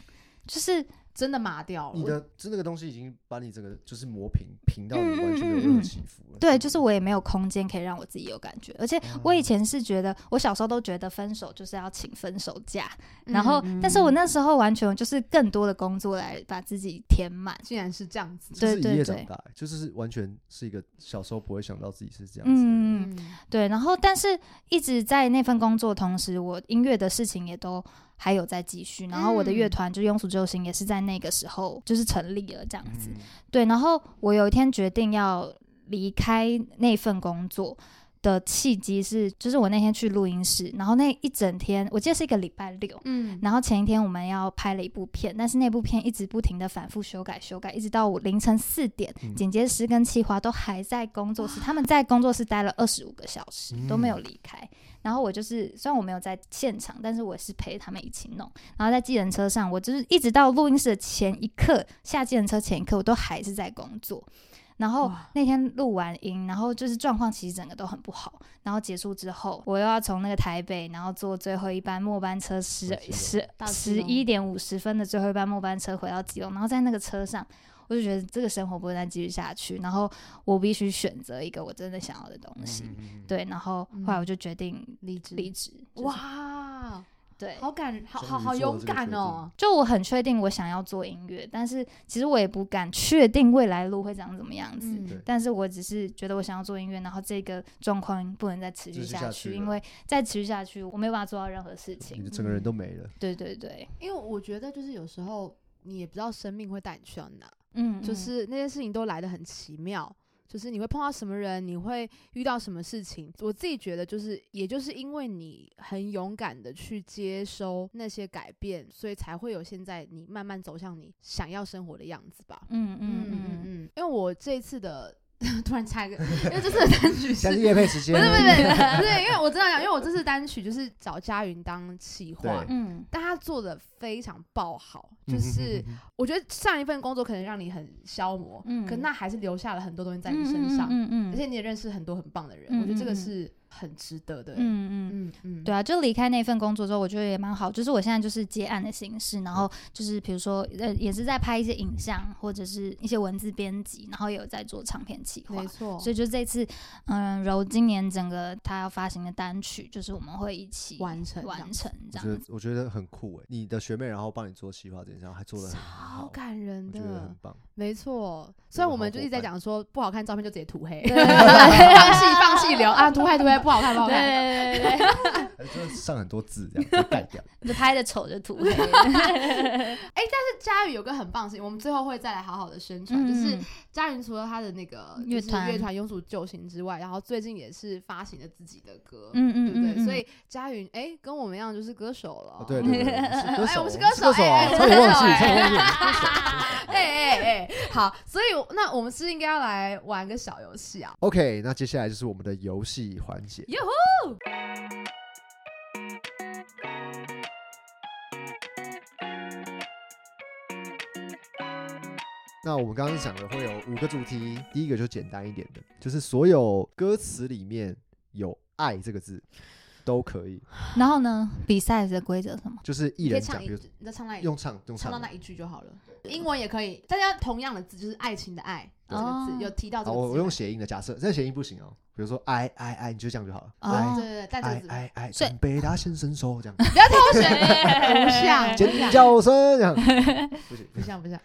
[SPEAKER 3] 就是
[SPEAKER 1] 真的麻掉了。
[SPEAKER 2] 你的就那个东西已经把你整个就是磨平，平到你完全没
[SPEAKER 3] 嗯嗯
[SPEAKER 2] 有
[SPEAKER 3] 嗯
[SPEAKER 2] 任何
[SPEAKER 3] 嗯
[SPEAKER 2] 起伏了。
[SPEAKER 3] 对，就是我也没有空间可以让我自己有感觉，而且我以
[SPEAKER 2] 啊
[SPEAKER 3] 前是觉得，我小时候都觉得分手就是要请分手假，
[SPEAKER 1] 嗯
[SPEAKER 3] 然后，但是我
[SPEAKER 1] 嗯
[SPEAKER 3] 那时候完全就是更多的工作来把自己填满。
[SPEAKER 1] 竟然是这样子，
[SPEAKER 2] 这
[SPEAKER 3] 对
[SPEAKER 2] 是
[SPEAKER 3] 对
[SPEAKER 2] 一夜
[SPEAKER 3] 对
[SPEAKER 2] 长大、欸就是是完全是一个小时候不会想到自己是这样子的人。
[SPEAKER 3] 嗯，对，然后但是一直在那份工作的同时，我音乐的事情也都还有在继续，然后我的乐
[SPEAKER 1] 嗯
[SPEAKER 3] 团就庸俗救星也是在那个时候就是成立了这样子。
[SPEAKER 2] 嗯
[SPEAKER 3] 对，然后我有一天决定要离开那份工作的契机是，就是我那天去录音室，然后那一整天，我记得是一个礼拜六。
[SPEAKER 1] 嗯，
[SPEAKER 3] 然后前一天我们要拍了一部片，但是那部片一直不停的反复修改修改，一直到我凌晨四点，
[SPEAKER 2] 嗯
[SPEAKER 3] 剪接师跟企划都还在工作室，他们在工作室待了二十五个小时都没有
[SPEAKER 1] 嗯
[SPEAKER 3] 离开。然后我就是虽然我没有在现场，但是我是陪他们一起弄。然后在计程车上，我就是一直到录音室的前一刻，下计程车前一刻，我都还是在工作。然后
[SPEAKER 1] 哇
[SPEAKER 3] 那天录完音，然后就是状况其实整个都很不好。然后结束之后，我又要从那个台北，然后坐最后一班末班车十
[SPEAKER 2] 回基隆
[SPEAKER 3] 十
[SPEAKER 1] 到基
[SPEAKER 3] 十
[SPEAKER 1] 隆
[SPEAKER 3] 一点五十分的最后一班末班车回到基隆。然后在那个车上，我就觉得这个生活不会再继续下去，然后我必须选择一个我真的想要的东西。
[SPEAKER 2] 嗯嗯嗯
[SPEAKER 3] 对，然后后来我就决定
[SPEAKER 1] 离职
[SPEAKER 3] 离职。就是
[SPEAKER 1] 哇，
[SPEAKER 3] 对，
[SPEAKER 1] 好感，好好
[SPEAKER 2] 双鱼
[SPEAKER 1] 好
[SPEAKER 2] 座
[SPEAKER 1] 勇
[SPEAKER 2] 的这个
[SPEAKER 1] 敢
[SPEAKER 2] 决
[SPEAKER 1] 哦。
[SPEAKER 3] 就我很确定我想要做音乐，但是其实我也不敢确定未来路会长怎么样子。
[SPEAKER 1] 嗯
[SPEAKER 2] 对
[SPEAKER 3] 但是我只是觉得我想要做音乐，然后这个状况不能再持续
[SPEAKER 2] 继续
[SPEAKER 3] 下
[SPEAKER 2] 下
[SPEAKER 3] 去，
[SPEAKER 2] 去
[SPEAKER 3] 因
[SPEAKER 2] 了
[SPEAKER 3] 为再持续下去，我没有办法做到任何事
[SPEAKER 2] 你
[SPEAKER 3] 情
[SPEAKER 2] 的。整个人都没了。
[SPEAKER 3] 对对对，
[SPEAKER 1] 因为我觉得就是有时候你也不知道生命会带你去到哪，
[SPEAKER 3] 嗯，
[SPEAKER 1] 就
[SPEAKER 3] 嗯
[SPEAKER 1] 是那些事情都来得很奇妙。就是你会碰到什么人，你会遇到什么事情。我自己觉得，就是也就是因为你很勇敢的去接收那些改变，所以才会有现在你慢慢走向你想要生活的样子吧。
[SPEAKER 3] 嗯
[SPEAKER 1] 嗯
[SPEAKER 3] 嗯
[SPEAKER 1] 嗯
[SPEAKER 3] 嗯
[SPEAKER 1] 嗯
[SPEAKER 3] 嗯，
[SPEAKER 1] 嗯。因为我这一次的 [LAUGHS] 突然插一个，因为这次的单曲是
[SPEAKER 2] 现在是夜配时间
[SPEAKER 1] 不是不是不，是，不是因为我真的讲，因为我这次单曲就是找佳云当企划
[SPEAKER 2] 对，
[SPEAKER 3] 嗯
[SPEAKER 1] 但他做的非常爆好，就
[SPEAKER 2] 嗯哼哼
[SPEAKER 1] 是
[SPEAKER 2] 哼哼
[SPEAKER 1] 我觉得上一份工作可能让你很消磨，
[SPEAKER 3] 嗯
[SPEAKER 1] 可那还是留下了很多东西在你身上，
[SPEAKER 3] 嗯嗯，
[SPEAKER 1] 而且你也认识很多很棒的人，
[SPEAKER 3] 嗯
[SPEAKER 1] 我觉得这
[SPEAKER 3] 嗯
[SPEAKER 1] 个
[SPEAKER 3] 嗯
[SPEAKER 1] 是很值得的。嗯
[SPEAKER 3] 嗯嗯。
[SPEAKER 1] 嗯嗯，
[SPEAKER 3] 对啊，就离开那份工作之后，我觉得也蛮好。就是我现在就是接案的形式，然后就是比如说，呃，也是在拍一些影像或者是一些文字编辑，然后也有在做唱片企划
[SPEAKER 1] 没。错
[SPEAKER 3] 啊所。以就这次，嗯，柔今年整个他要发行的单曲，就是我们会一起
[SPEAKER 1] 完成这样
[SPEAKER 3] 完
[SPEAKER 1] 子
[SPEAKER 3] 成
[SPEAKER 2] 我
[SPEAKER 3] 这
[SPEAKER 2] 觉
[SPEAKER 3] 样
[SPEAKER 2] 得
[SPEAKER 3] 子。
[SPEAKER 2] 我觉得很酷哎，你的学妹然后帮你做企划这件事，还做的很
[SPEAKER 1] 好
[SPEAKER 2] 好，
[SPEAKER 1] 感人
[SPEAKER 2] 我觉得很
[SPEAKER 1] 的，
[SPEAKER 2] 棒。
[SPEAKER 1] 没错。虽然
[SPEAKER 2] 有个
[SPEAKER 1] 我们
[SPEAKER 2] 好
[SPEAKER 1] 就
[SPEAKER 2] 伙
[SPEAKER 1] 一直在
[SPEAKER 2] 伴
[SPEAKER 1] 讲说不好看照片就直接涂黑，
[SPEAKER 3] 对
[SPEAKER 1] [LAUGHS] 放弃放弃留啊，涂黑涂黑不好看不好
[SPEAKER 3] 对
[SPEAKER 1] 看。
[SPEAKER 3] 对对 [LAUGHS] 对
[SPEAKER 2] 还真的上很多字这样再改掉，
[SPEAKER 3] 对，就拍的丑就涂黑。 [LAUGHS]
[SPEAKER 1] 佳宇有个很棒的事情，我们最后会再来好好的宣
[SPEAKER 3] 嗯
[SPEAKER 1] 传，就是佳云除了他的那个
[SPEAKER 3] 乐
[SPEAKER 1] 就是
[SPEAKER 3] 团
[SPEAKER 1] 乐团《庸俗救星》之外，然后最近也是发行了自己的歌，
[SPEAKER 3] 嗯嗯
[SPEAKER 1] 对不对？
[SPEAKER 3] 嗯嗯
[SPEAKER 1] 所以佳云哎、跟我们一样就是歌手了，
[SPEAKER 2] 哦对对
[SPEAKER 1] [LAUGHS]
[SPEAKER 2] 对，是歌
[SPEAKER 1] 哎
[SPEAKER 2] 手，
[SPEAKER 1] 我们是歌
[SPEAKER 2] 歌
[SPEAKER 1] 手哎
[SPEAKER 2] 啊
[SPEAKER 1] 哎
[SPEAKER 2] 差
[SPEAKER 1] [LAUGHS]
[SPEAKER 2] 点忘记，
[SPEAKER 1] 我们是
[SPEAKER 2] 差点
[SPEAKER 1] 歌
[SPEAKER 2] 忘
[SPEAKER 1] 手
[SPEAKER 2] 记，歌手歌手。
[SPEAKER 1] 哎哎哎，好，所以我那我们是应该要来玩个小游戏啊，
[SPEAKER 2] OK，那接下来就是我们的游戏环节。
[SPEAKER 1] 哟
[SPEAKER 2] 那我们刚刚讲的会有五个主题，第一个就简单一点的，就是所有歌词里面有“爱”这个字都可以，
[SPEAKER 3] 然后呢，比赛的规则是什么？
[SPEAKER 2] 就是一
[SPEAKER 1] 你可以
[SPEAKER 2] 人讲，
[SPEAKER 1] 唱一
[SPEAKER 2] 比如
[SPEAKER 1] 句，你再唱那一
[SPEAKER 2] 用唱用
[SPEAKER 1] 唱
[SPEAKER 2] 唱
[SPEAKER 1] 到
[SPEAKER 2] 的
[SPEAKER 1] 那。一句就好了，英文也可以，大家同样的字就是爱情的爱这个字
[SPEAKER 3] 哦
[SPEAKER 1] 有提到这
[SPEAKER 2] 好，
[SPEAKER 1] 个字
[SPEAKER 2] 我
[SPEAKER 1] 吗，
[SPEAKER 2] 我用谐音的，假设这谐音不行哦，比如说“爱爱爱”，你就这样就好了。哎
[SPEAKER 3] 哦
[SPEAKER 1] 对
[SPEAKER 2] 爱
[SPEAKER 1] 对对，但这个
[SPEAKER 2] 爱
[SPEAKER 1] 字
[SPEAKER 2] 爱爱，
[SPEAKER 3] 所以
[SPEAKER 2] 哎准备大先伸手这
[SPEAKER 1] [LAUGHS]
[SPEAKER 2] 样，
[SPEAKER 1] 不要
[SPEAKER 3] [LAUGHS]
[SPEAKER 1] 偷学，不像不
[SPEAKER 2] 尖
[SPEAKER 1] 像
[SPEAKER 2] 叫声
[SPEAKER 1] [LAUGHS]
[SPEAKER 2] 这样，不行，
[SPEAKER 1] 不
[SPEAKER 3] [LAUGHS]
[SPEAKER 1] 像不像，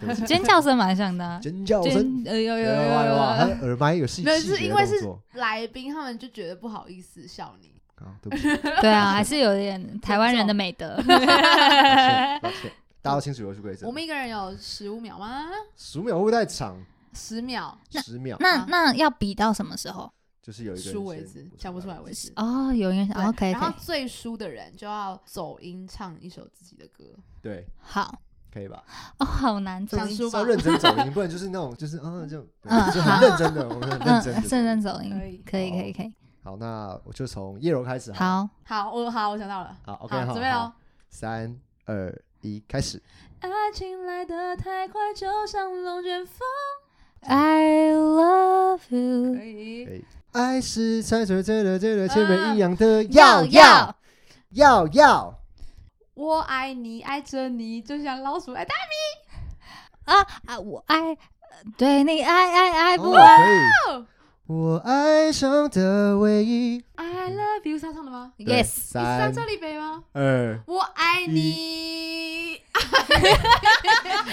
[SPEAKER 2] 对不起
[SPEAKER 3] 尖叫声蛮像的啊。
[SPEAKER 2] 尖叫声哎
[SPEAKER 3] 尖，呃有有有
[SPEAKER 2] 哇
[SPEAKER 3] 有
[SPEAKER 2] 哇，
[SPEAKER 3] 有
[SPEAKER 2] 他。的耳麦有细
[SPEAKER 1] 没有
[SPEAKER 2] 细
[SPEAKER 1] 是
[SPEAKER 2] 节
[SPEAKER 1] 因
[SPEAKER 2] 的
[SPEAKER 1] 为
[SPEAKER 2] 动
[SPEAKER 1] 是
[SPEAKER 2] 作
[SPEAKER 1] 来宾他们就觉得不好意思笑你。
[SPEAKER 3] [LAUGHS]
[SPEAKER 1] [LAUGHS]
[SPEAKER 2] 啊，对不起，
[SPEAKER 3] [LAUGHS] 对啊，还是有点台湾人的美德。
[SPEAKER 2] 抱歉，抱歉，大家要清楚游戏规则。
[SPEAKER 1] 我们一个人有十五秒吗？
[SPEAKER 2] 十秒会不会太长，
[SPEAKER 1] 十秒，
[SPEAKER 2] 十秒
[SPEAKER 3] 那那要比到什么时候？
[SPEAKER 2] 就是有一个
[SPEAKER 1] 输
[SPEAKER 2] 人
[SPEAKER 1] 为
[SPEAKER 2] 先
[SPEAKER 1] 止，讲不出来为止。
[SPEAKER 3] 哦，有人
[SPEAKER 1] 对
[SPEAKER 3] OK
[SPEAKER 1] 然后
[SPEAKER 3] OK，
[SPEAKER 1] 最输的人就要走音唱一首自己的歌，
[SPEAKER 2] 对，
[SPEAKER 3] 好
[SPEAKER 2] 可以吧？
[SPEAKER 3] 哦，好难做。
[SPEAKER 1] 想输吧
[SPEAKER 2] 要？认真走音，不然就是那种就是嗯，
[SPEAKER 1] [LAUGHS]
[SPEAKER 2] 就
[SPEAKER 3] 嗯
[SPEAKER 2] 就很认真的，我们很认
[SPEAKER 3] 嗯，
[SPEAKER 2] 真
[SPEAKER 3] 认真
[SPEAKER 2] 的。
[SPEAKER 3] 走音
[SPEAKER 1] 可以，
[SPEAKER 3] 可以
[SPEAKER 2] 好
[SPEAKER 3] 可以可以。
[SPEAKER 2] 好，那我就从叶柔开始。，
[SPEAKER 3] 好，
[SPEAKER 1] 好，我好，我想到了，
[SPEAKER 2] 好，OK，
[SPEAKER 1] 好，
[SPEAKER 2] 好，
[SPEAKER 1] 准备喽
[SPEAKER 2] 好。。三二一，开始。
[SPEAKER 1] 爱情来得太快，就像龙卷风。
[SPEAKER 3] I love you，
[SPEAKER 1] 可以
[SPEAKER 2] 可，以。爱是踩着这个这个前
[SPEAKER 1] 啊
[SPEAKER 2] 面一样的，要要要要。
[SPEAKER 1] 我爱你，爱着你，就像老鼠爱哎大
[SPEAKER 3] 啊啊！我爱，呃对你爱爱爱哎不
[SPEAKER 2] 哦
[SPEAKER 3] 完。
[SPEAKER 2] 可以。我爱上的唯一。
[SPEAKER 1] 米。I love you，是他唱的吗？
[SPEAKER 2] 对
[SPEAKER 3] Yes，
[SPEAKER 1] 你是在
[SPEAKER 2] 三
[SPEAKER 1] 这里北吗？
[SPEAKER 2] 二，
[SPEAKER 1] 我爱你。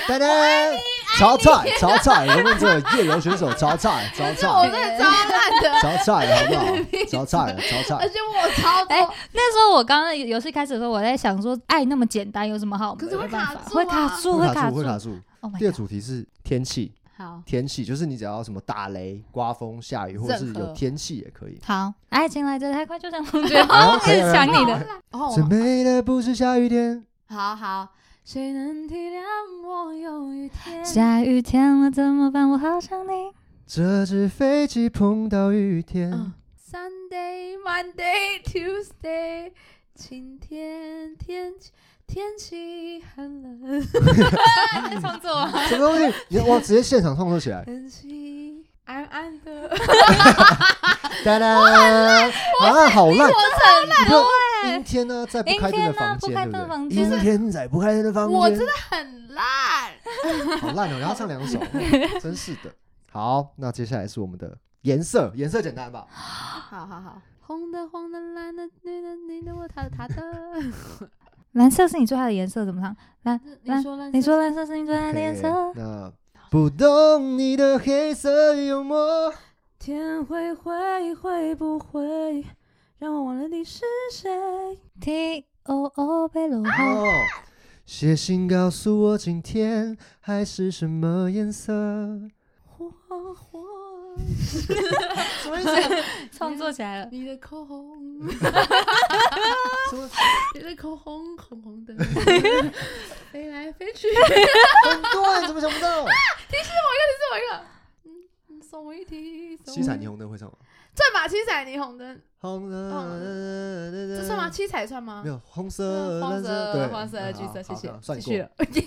[SPEAKER 2] 噔噔。炒菜，炒菜，我们这夜游选手炒菜，炒
[SPEAKER 1] 这我
[SPEAKER 2] 菜
[SPEAKER 1] 真，的超烂
[SPEAKER 2] [LAUGHS]
[SPEAKER 1] 的，
[SPEAKER 2] 炒菜，好不好？炒菜，炒
[SPEAKER 1] 而
[SPEAKER 2] 菜。
[SPEAKER 1] 且我超多。
[SPEAKER 3] 哎那时候我刚刚游戏开始的时候，我在想说，爱那么简单，有什么好？
[SPEAKER 1] 可是会
[SPEAKER 3] 没办法
[SPEAKER 1] 卡住啊
[SPEAKER 3] 会卡住，
[SPEAKER 2] 会
[SPEAKER 3] 卡
[SPEAKER 2] 住，会卡
[SPEAKER 3] 住。
[SPEAKER 2] 住。
[SPEAKER 3] Oh
[SPEAKER 2] 第二
[SPEAKER 3] my god！
[SPEAKER 2] 主题是天气，
[SPEAKER 1] 好，
[SPEAKER 2] 天气就是你只要什么打雷、刮风、下雨，或者是
[SPEAKER 1] 任
[SPEAKER 2] 有
[SPEAKER 1] 何
[SPEAKER 2] 天气也可以。
[SPEAKER 3] 好，爱情来得太快，就像龙
[SPEAKER 1] [LAUGHS]
[SPEAKER 3] 卷风。
[SPEAKER 2] 好
[SPEAKER 3] 我一直想你的。
[SPEAKER 1] 然哦后我
[SPEAKER 2] 最美的不是下雨天，
[SPEAKER 1] 好好，谁能体谅我有一天？
[SPEAKER 3] 下雨天了怎么办？我好想你。
[SPEAKER 2] 这只飞机碰到雨天。
[SPEAKER 1] 嗯，Sunday, Monday, Tuesday，晴天天气天气
[SPEAKER 3] [LAUGHS]
[SPEAKER 1] 很冷，
[SPEAKER 3] 创作啊，
[SPEAKER 2] 什么东西？你哇，直接现场创作
[SPEAKER 1] [LAUGHS]
[SPEAKER 2] 起来！
[SPEAKER 1] 天气暗暗的。
[SPEAKER 2] 哒哒，啊，好烂！你不阴天呢，在不
[SPEAKER 3] 阴
[SPEAKER 2] 开灯
[SPEAKER 3] 天
[SPEAKER 2] 的
[SPEAKER 3] 呢
[SPEAKER 2] 房，
[SPEAKER 3] 不
[SPEAKER 2] 间，
[SPEAKER 3] 开
[SPEAKER 2] 对不
[SPEAKER 3] 灯的
[SPEAKER 2] 对？
[SPEAKER 3] 房
[SPEAKER 2] 阴
[SPEAKER 3] 间，
[SPEAKER 2] 天在不开灯的房间，
[SPEAKER 1] 我真的很烂，
[SPEAKER 2] 好烂哦！然后唱两首，真是的。好，那接下来是我们的颜色，颜色简单吧？
[SPEAKER 1] 好好好，红的、黄的、蓝的、绿的、你的、我、他的、他的。
[SPEAKER 3] 蓝色是你最爱的颜色，怎么唱？蓝，
[SPEAKER 1] 你说蓝色，
[SPEAKER 3] 你说蓝色是你最爱的颜
[SPEAKER 2] OK，
[SPEAKER 3] 色。
[SPEAKER 2] 那不懂你的黑色幽默，
[SPEAKER 1] 天会会会不会让我忘了你是谁？
[SPEAKER 3] T O O 贝鲁后，
[SPEAKER 2] 哦，写信告诉我今天海是什么颜色？
[SPEAKER 1] 火火，
[SPEAKER 2] 什么意思？
[SPEAKER 3] 创作起来了。
[SPEAKER 1] 你的口红，
[SPEAKER 2] 什么
[SPEAKER 1] 你的口红红红
[SPEAKER 2] [LAUGHS]
[SPEAKER 1] 的，飞来飞去。
[SPEAKER 2] 很多人怎么想不到？
[SPEAKER 1] 我一个，嗯，送我一题。送我
[SPEAKER 2] 七
[SPEAKER 1] 一
[SPEAKER 2] 彩
[SPEAKER 1] 题
[SPEAKER 2] 霓虹灯会唱吗？
[SPEAKER 1] 算吧，七彩霓虹灯，
[SPEAKER 2] 红
[SPEAKER 1] 哦
[SPEAKER 2] 色，
[SPEAKER 1] 这算吗？七彩算吗
[SPEAKER 2] 呃
[SPEAKER 1] 呃
[SPEAKER 2] 没？有红色、
[SPEAKER 1] 黄
[SPEAKER 2] 蓝
[SPEAKER 1] 色、
[SPEAKER 2] 对，
[SPEAKER 1] 黄色、
[SPEAKER 2] 嗯
[SPEAKER 1] 橘色，
[SPEAKER 2] 好
[SPEAKER 1] 谢
[SPEAKER 2] 好
[SPEAKER 1] 谢
[SPEAKER 2] 的，算
[SPEAKER 1] 继续
[SPEAKER 2] 过
[SPEAKER 1] 了。。耶，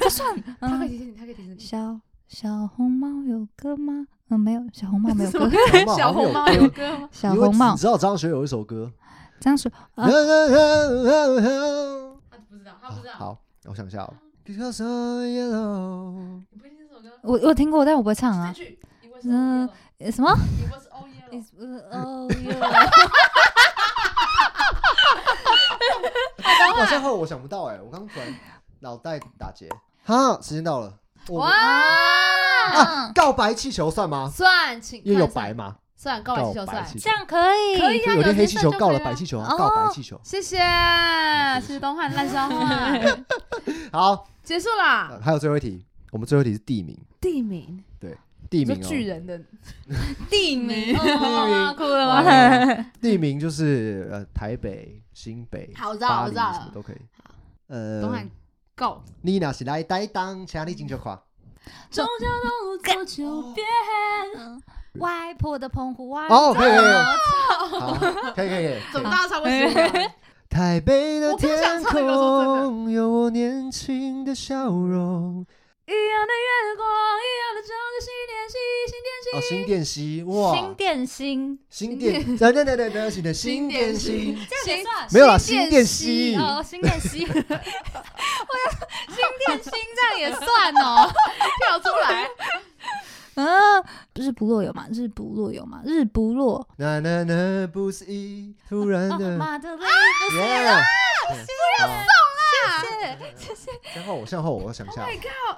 [SPEAKER 3] 这算
[SPEAKER 1] 他可
[SPEAKER 3] 嗯，
[SPEAKER 1] 以提醒你，他可以提醒你。
[SPEAKER 3] 小小红帽有歌吗？嗯，没有，小红帽
[SPEAKER 1] [LAUGHS]
[SPEAKER 3] 没有歌。
[SPEAKER 1] 小红帽有歌 [LAUGHS] 吗？
[SPEAKER 3] 小红帽
[SPEAKER 2] 你，知道张学友有一首歌？
[SPEAKER 3] 张叔，
[SPEAKER 2] [LAUGHS]
[SPEAKER 3] 啊
[SPEAKER 1] 他啊不知道，他不知道。
[SPEAKER 2] 好，我想一下哦。Because I'm yellow，
[SPEAKER 1] 你不会听这首歌？
[SPEAKER 3] 我我听过，但我不会唱
[SPEAKER 1] 这
[SPEAKER 3] 啊。
[SPEAKER 1] [LAUGHS] 句。It was
[SPEAKER 3] 嗯
[SPEAKER 1] all yellow.
[SPEAKER 3] 呃什么？
[SPEAKER 1] It was all yellow.
[SPEAKER 3] 哦，
[SPEAKER 2] 好像后我想不到哎，我刚突然脑袋打结。哈，时间到了。我们啊
[SPEAKER 1] 哇！
[SPEAKER 2] 告白气球算吗？
[SPEAKER 1] 算，请
[SPEAKER 2] 因为有
[SPEAKER 1] 看
[SPEAKER 2] 白嘛，
[SPEAKER 1] 算，告白
[SPEAKER 2] 告
[SPEAKER 1] 气球
[SPEAKER 2] 白哎
[SPEAKER 1] 算，
[SPEAKER 2] 气
[SPEAKER 3] 这
[SPEAKER 2] 球。
[SPEAKER 3] 样可以，
[SPEAKER 1] 可以啊，
[SPEAKER 2] 有
[SPEAKER 1] 有
[SPEAKER 2] 天黑
[SPEAKER 1] 颜
[SPEAKER 2] 气
[SPEAKER 1] 色
[SPEAKER 2] 球
[SPEAKER 1] 就
[SPEAKER 2] 告
[SPEAKER 1] 可
[SPEAKER 2] 了
[SPEAKER 1] 以
[SPEAKER 2] 白
[SPEAKER 1] 啊
[SPEAKER 2] 气球，
[SPEAKER 3] 哦
[SPEAKER 2] 告白气球。
[SPEAKER 1] 谢谢，谢谢东汉烂笑
[SPEAKER 2] [LAUGHS]
[SPEAKER 1] 话， [LAUGHS]
[SPEAKER 2] 好，
[SPEAKER 1] 结束啦。
[SPEAKER 2] 呃还有最后一题，我们最后一题是地名，
[SPEAKER 1] 地名，
[SPEAKER 2] 地
[SPEAKER 1] 你说
[SPEAKER 2] 名
[SPEAKER 1] 巨
[SPEAKER 2] 哦，
[SPEAKER 1] 人
[SPEAKER 2] [LAUGHS]
[SPEAKER 1] 的
[SPEAKER 3] 地名，
[SPEAKER 1] 哦
[SPEAKER 2] 名
[SPEAKER 3] 哭了
[SPEAKER 2] 哦？
[SPEAKER 1] [LAUGHS]
[SPEAKER 2] 地名就是呃台北、新北、
[SPEAKER 1] 好，我知道，
[SPEAKER 2] 巴
[SPEAKER 1] 我
[SPEAKER 2] 黎
[SPEAKER 1] 知道
[SPEAKER 2] 什么
[SPEAKER 1] 了。
[SPEAKER 2] 都可以。
[SPEAKER 1] 东汉
[SPEAKER 2] 呃，
[SPEAKER 1] 告，
[SPEAKER 2] 你若是来台东，请你进就看。
[SPEAKER 1] 中交东路走九遍，
[SPEAKER 3] 外婆的澎湖 [LAUGHS]
[SPEAKER 1] 啊
[SPEAKER 3] 湾。
[SPEAKER 2] 哦，可以可以，好，可以可以可以。
[SPEAKER 1] [LAUGHS] 怎么
[SPEAKER 2] 可
[SPEAKER 1] 大
[SPEAKER 2] 以
[SPEAKER 1] 家超过十五了？
[SPEAKER 2] 台北
[SPEAKER 1] 我
[SPEAKER 2] 的
[SPEAKER 1] 刚
[SPEAKER 2] 天
[SPEAKER 1] 想唱那个我说真
[SPEAKER 2] 空有我年轻的笑容。
[SPEAKER 1] 一样的月光，一样的朝着新天西，新天西。
[SPEAKER 2] 哦，新店溪
[SPEAKER 3] 新店新，
[SPEAKER 2] 哇，新店，等等等等等，新店新店溪，
[SPEAKER 3] 这样也算
[SPEAKER 2] 没有啦，
[SPEAKER 1] 新
[SPEAKER 2] 新
[SPEAKER 1] 店
[SPEAKER 2] 店
[SPEAKER 1] 溪
[SPEAKER 2] 溪。
[SPEAKER 3] 哦，新店 [LAUGHS] 新，我要新店新这样也算哦。
[SPEAKER 1] 跳出来，
[SPEAKER 3] 嗯，日不落有吗？日不落有吗？日不落，
[SPEAKER 2] 那那那不思议，突然
[SPEAKER 3] 哦，
[SPEAKER 2] 的，
[SPEAKER 3] 马德里不是
[SPEAKER 2] 耶！不要
[SPEAKER 3] 谢谢
[SPEAKER 2] 向后我向后我想一下，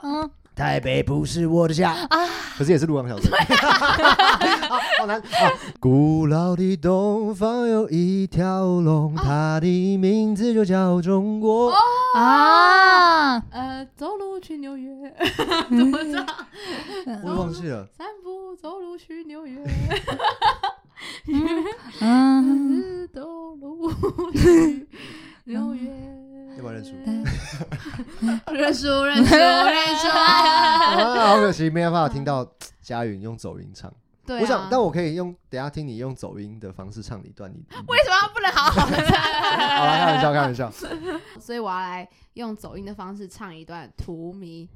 [SPEAKER 3] 嗯，
[SPEAKER 2] 台北不是我的家啊，可是也是陆港小镇，好好难。好古老的东方有一条龙，它的名字就叫中国。
[SPEAKER 3] 啊，
[SPEAKER 1] [LAUGHS] [LAUGHS] 呃，走路去纽 [LAUGHS] 约，怎么唱？
[SPEAKER 2] 我忘记了，
[SPEAKER 1] 散步走路去纽约，
[SPEAKER 3] 嗯，
[SPEAKER 1] 是走路去纽约。
[SPEAKER 2] 要不要认输？
[SPEAKER 1] 认输，认输，认 [LAUGHS] 输。
[SPEAKER 2] 啊，好可惜，没办法听到佳云用走音唱。
[SPEAKER 1] 对、啊，
[SPEAKER 2] 我想，但我可以用等一下听你用走音的方式唱一段。你为
[SPEAKER 1] 为什么不能好好的
[SPEAKER 2] 么？ [LAUGHS] 好了，开玩笑，开玩笑。
[SPEAKER 1] 所以我要来用走音的方式唱一段《荼蘼》。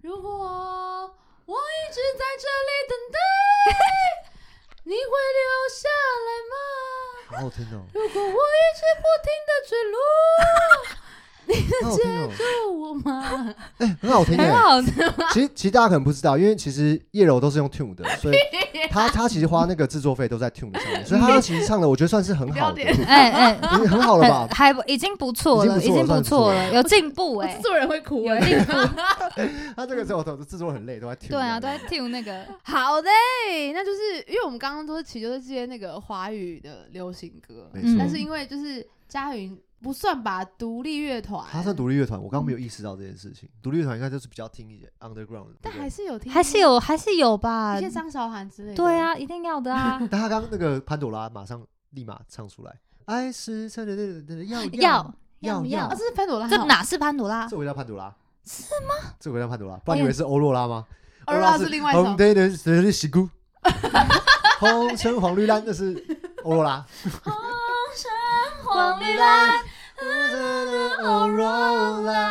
[SPEAKER 1] 如果我一直在这里等待， [LAUGHS] 你会留下来吗？
[SPEAKER 2] 好好听
[SPEAKER 1] [LAUGHS]
[SPEAKER 2] 哦，
[SPEAKER 1] 如果我一直 [LAUGHS] 不啊停
[SPEAKER 2] 好好听哦，
[SPEAKER 1] 的坠落，我吗？
[SPEAKER 2] 哎，很好听哎
[SPEAKER 3] 很。好听，
[SPEAKER 2] 其实其实大家可能不知道，因为其实叶柔都是用 tune
[SPEAKER 1] [LAUGHS]
[SPEAKER 2] 的，所以他他其实花那个制作费都在 tune 上面，所以他其实唱的我觉得算是很好
[SPEAKER 1] 不
[SPEAKER 2] 的，
[SPEAKER 1] 要
[SPEAKER 2] 已
[SPEAKER 3] [LAUGHS] 哎哎。
[SPEAKER 2] 经很好了吧
[SPEAKER 3] 很？
[SPEAKER 2] [LAUGHS]
[SPEAKER 3] 还不已经不错了，
[SPEAKER 2] 已
[SPEAKER 3] 已
[SPEAKER 2] 经
[SPEAKER 3] 经
[SPEAKER 2] 不
[SPEAKER 3] 不
[SPEAKER 2] 错
[SPEAKER 3] 错
[SPEAKER 2] 了
[SPEAKER 3] 了，有进 [LAUGHS] 步哎、
[SPEAKER 1] 制作人会哭
[SPEAKER 3] 有
[SPEAKER 1] 哎、
[SPEAKER 3] 进步。
[SPEAKER 2] 他这个时候都制作很累，都在 tune。
[SPEAKER 3] 对啊，都 [LAUGHS] 在 tune 那个。
[SPEAKER 1] 好嘞，那就是因为我们刚刚都是其实都是接那个华语的流行歌，
[SPEAKER 2] 没错
[SPEAKER 1] 但是因为就是嘉云不算吧，独立乐团，
[SPEAKER 2] 他算独立乐团，我刚刚没有意识到这件事情。独立乐团应该就是比较听一些 underground，的
[SPEAKER 1] 嗯但还是有听，啊
[SPEAKER 3] 还是有，还是有吧
[SPEAKER 1] 一。些张韶涵之类的。
[SPEAKER 3] 对，啊，一定要的啊。
[SPEAKER 2] 但他刚刚那个潘朵拉马上立马唱出来，爱是趁着那个要
[SPEAKER 3] [LAUGHS] 要
[SPEAKER 2] 要
[SPEAKER 3] 要
[SPEAKER 2] 要
[SPEAKER 3] 要
[SPEAKER 1] 啊，这是啊潘朵拉，
[SPEAKER 3] 这哪是潘朵拉？
[SPEAKER 2] 这回叫潘朵拉，
[SPEAKER 3] 是
[SPEAKER 2] 吗？这回叫潘朵拉，不然你以为是欧若拉吗？
[SPEAKER 1] 哎欧若拉是另外一首
[SPEAKER 2] 红灯的的的西姑，红橙黄绿蓝，那是欧若拉。
[SPEAKER 3] 黄绿
[SPEAKER 2] 蓝，欧若拉。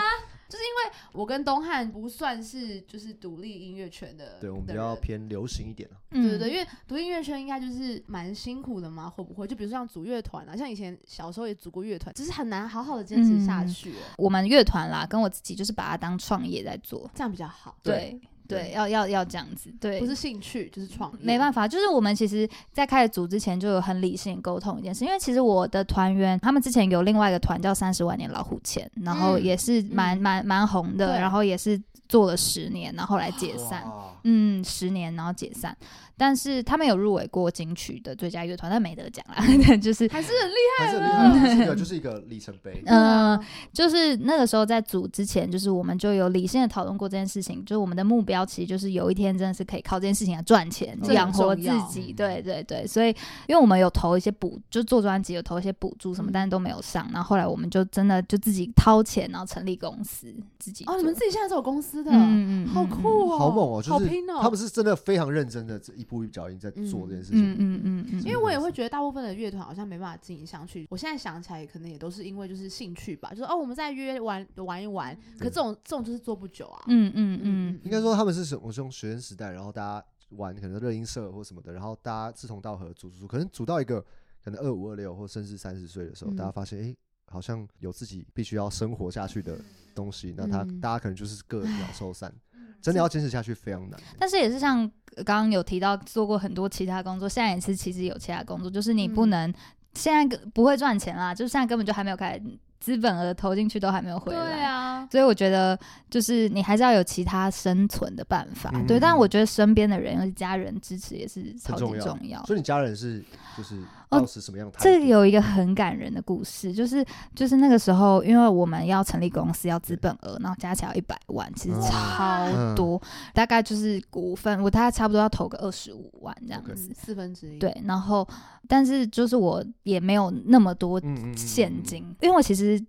[SPEAKER 1] 就是因为我跟东汉不算是就是独立音乐圈的，
[SPEAKER 2] 对我们比
[SPEAKER 1] 的
[SPEAKER 2] 较
[SPEAKER 1] 人
[SPEAKER 2] 偏流行一点啊
[SPEAKER 1] 对对对，
[SPEAKER 3] 嗯
[SPEAKER 1] 因为独立音乐圈应该就是蛮辛苦的嘛，会不会？就比如说像组乐团啊，像以前小时候也组过乐团，只是很难好好的坚持下去、欸
[SPEAKER 3] 嗯我们乐团啦，跟我自己就是把它当创业在做。
[SPEAKER 1] 这样比较好。
[SPEAKER 2] 对
[SPEAKER 3] 对对，要要要这样子，对，
[SPEAKER 1] 不是兴趣就是创业，
[SPEAKER 3] 没办
[SPEAKER 1] 法，
[SPEAKER 3] 法，就是我们其实，在开始组之前就有很理性地沟通一件事，因为其实我的团员他们之前有另外一个团叫三十万年老虎钳，然后
[SPEAKER 1] 嗯
[SPEAKER 3] 也是蛮
[SPEAKER 1] 嗯
[SPEAKER 3] 蛮蛮红的，
[SPEAKER 1] 对哦
[SPEAKER 3] 然后也是做了十年，然后后来解散。
[SPEAKER 2] 哇
[SPEAKER 3] 嗯，十年然后解散，但是他们有入围过金曲的最佳乐团，但没得奖啦。 [LAUGHS] 就是，
[SPEAKER 1] 还是很厉
[SPEAKER 2] 还是很厉
[SPEAKER 1] 了
[SPEAKER 2] 害，就是一个就是一个里程碑。
[SPEAKER 1] 害。
[SPEAKER 3] 嗯、
[SPEAKER 1] 对啊
[SPEAKER 3] 就是那个时候在组之前，就是我们就有理性的讨论过这件事情，就是我们的目标其实就是有一天真的是可以靠这件事情来赚钱
[SPEAKER 2] 这，很
[SPEAKER 3] 养活
[SPEAKER 1] 哦重
[SPEAKER 3] 自
[SPEAKER 1] 要
[SPEAKER 3] 己。
[SPEAKER 2] 嗯
[SPEAKER 3] 对对对，所以因为我们有投一些补，就做专辑有投一些补助什么
[SPEAKER 1] 嗯，
[SPEAKER 3] 但是都没有上。然后后来我们就真的就自己掏钱，然后成立公司，自己
[SPEAKER 1] 哦，
[SPEAKER 3] 做
[SPEAKER 1] 你们自己现在是有公司的，
[SPEAKER 3] 嗯嗯嗯
[SPEAKER 1] 好酷哦，
[SPEAKER 2] 好猛哦！就
[SPEAKER 1] 好
[SPEAKER 2] 是
[SPEAKER 1] 拼哦，
[SPEAKER 2] 他们是真的非常认真的，一步一脚印在做这件事
[SPEAKER 3] 嗯
[SPEAKER 2] 情。
[SPEAKER 3] 嗯嗯嗯，
[SPEAKER 1] 因为我也会觉得大部分的乐团好像没办法经营上去。我现在想起来，可能也都是因为就是兴趣吧，就是哦，我们再约玩玩一玩。可这种这种就是做不久啊。
[SPEAKER 3] 嗯嗯嗯
[SPEAKER 2] 应该说他们是什么？是用学生时代，然后大家玩可能热音社或什么的，然后大家志同道合组组组，可能组到一个可能二五二六或甚至三十岁的时候，
[SPEAKER 1] 嗯
[SPEAKER 2] 大家发现哎、诶好像有自己必须要生活下去的东西，那他、
[SPEAKER 1] 嗯
[SPEAKER 2] 大家可能就是各鸟兽散，真的要坚持下去非常难。
[SPEAKER 3] 但是也是像呃刚刚有提到做过很多其他工作，现在也是其实有其他工作，就是你不
[SPEAKER 1] 嗯
[SPEAKER 3] 能、现在根不会赚钱啦，就是现在根本就还没有开始资本额投进去都还没有回
[SPEAKER 1] 对
[SPEAKER 3] 来。
[SPEAKER 1] 啊，
[SPEAKER 3] 所以我觉得，就是你还是要有其他生存的办法，
[SPEAKER 2] 嗯
[SPEAKER 3] 对。但我觉得身边的人，尤其家人支持也是超
[SPEAKER 2] 很
[SPEAKER 3] 级
[SPEAKER 2] 重要
[SPEAKER 3] 重要。
[SPEAKER 2] 所以你家人是就是
[SPEAKER 3] 哦
[SPEAKER 2] 当时什么样的态
[SPEAKER 3] 这
[SPEAKER 2] 度？
[SPEAKER 3] 个有一个很感人的故事，就是就是那个时候，因为我们要成立公司，要资本额，然后加起来一百万，其实
[SPEAKER 2] 嗯
[SPEAKER 3] 超
[SPEAKER 2] 嗯
[SPEAKER 3] 多，大概就是股份，我大概差不多要投个二十五万这样子。
[SPEAKER 1] 嗯四分之一。，
[SPEAKER 3] 对，然后但是就是我也没有那么多
[SPEAKER 2] 嗯嗯嗯嗯
[SPEAKER 3] 现金，因为我其实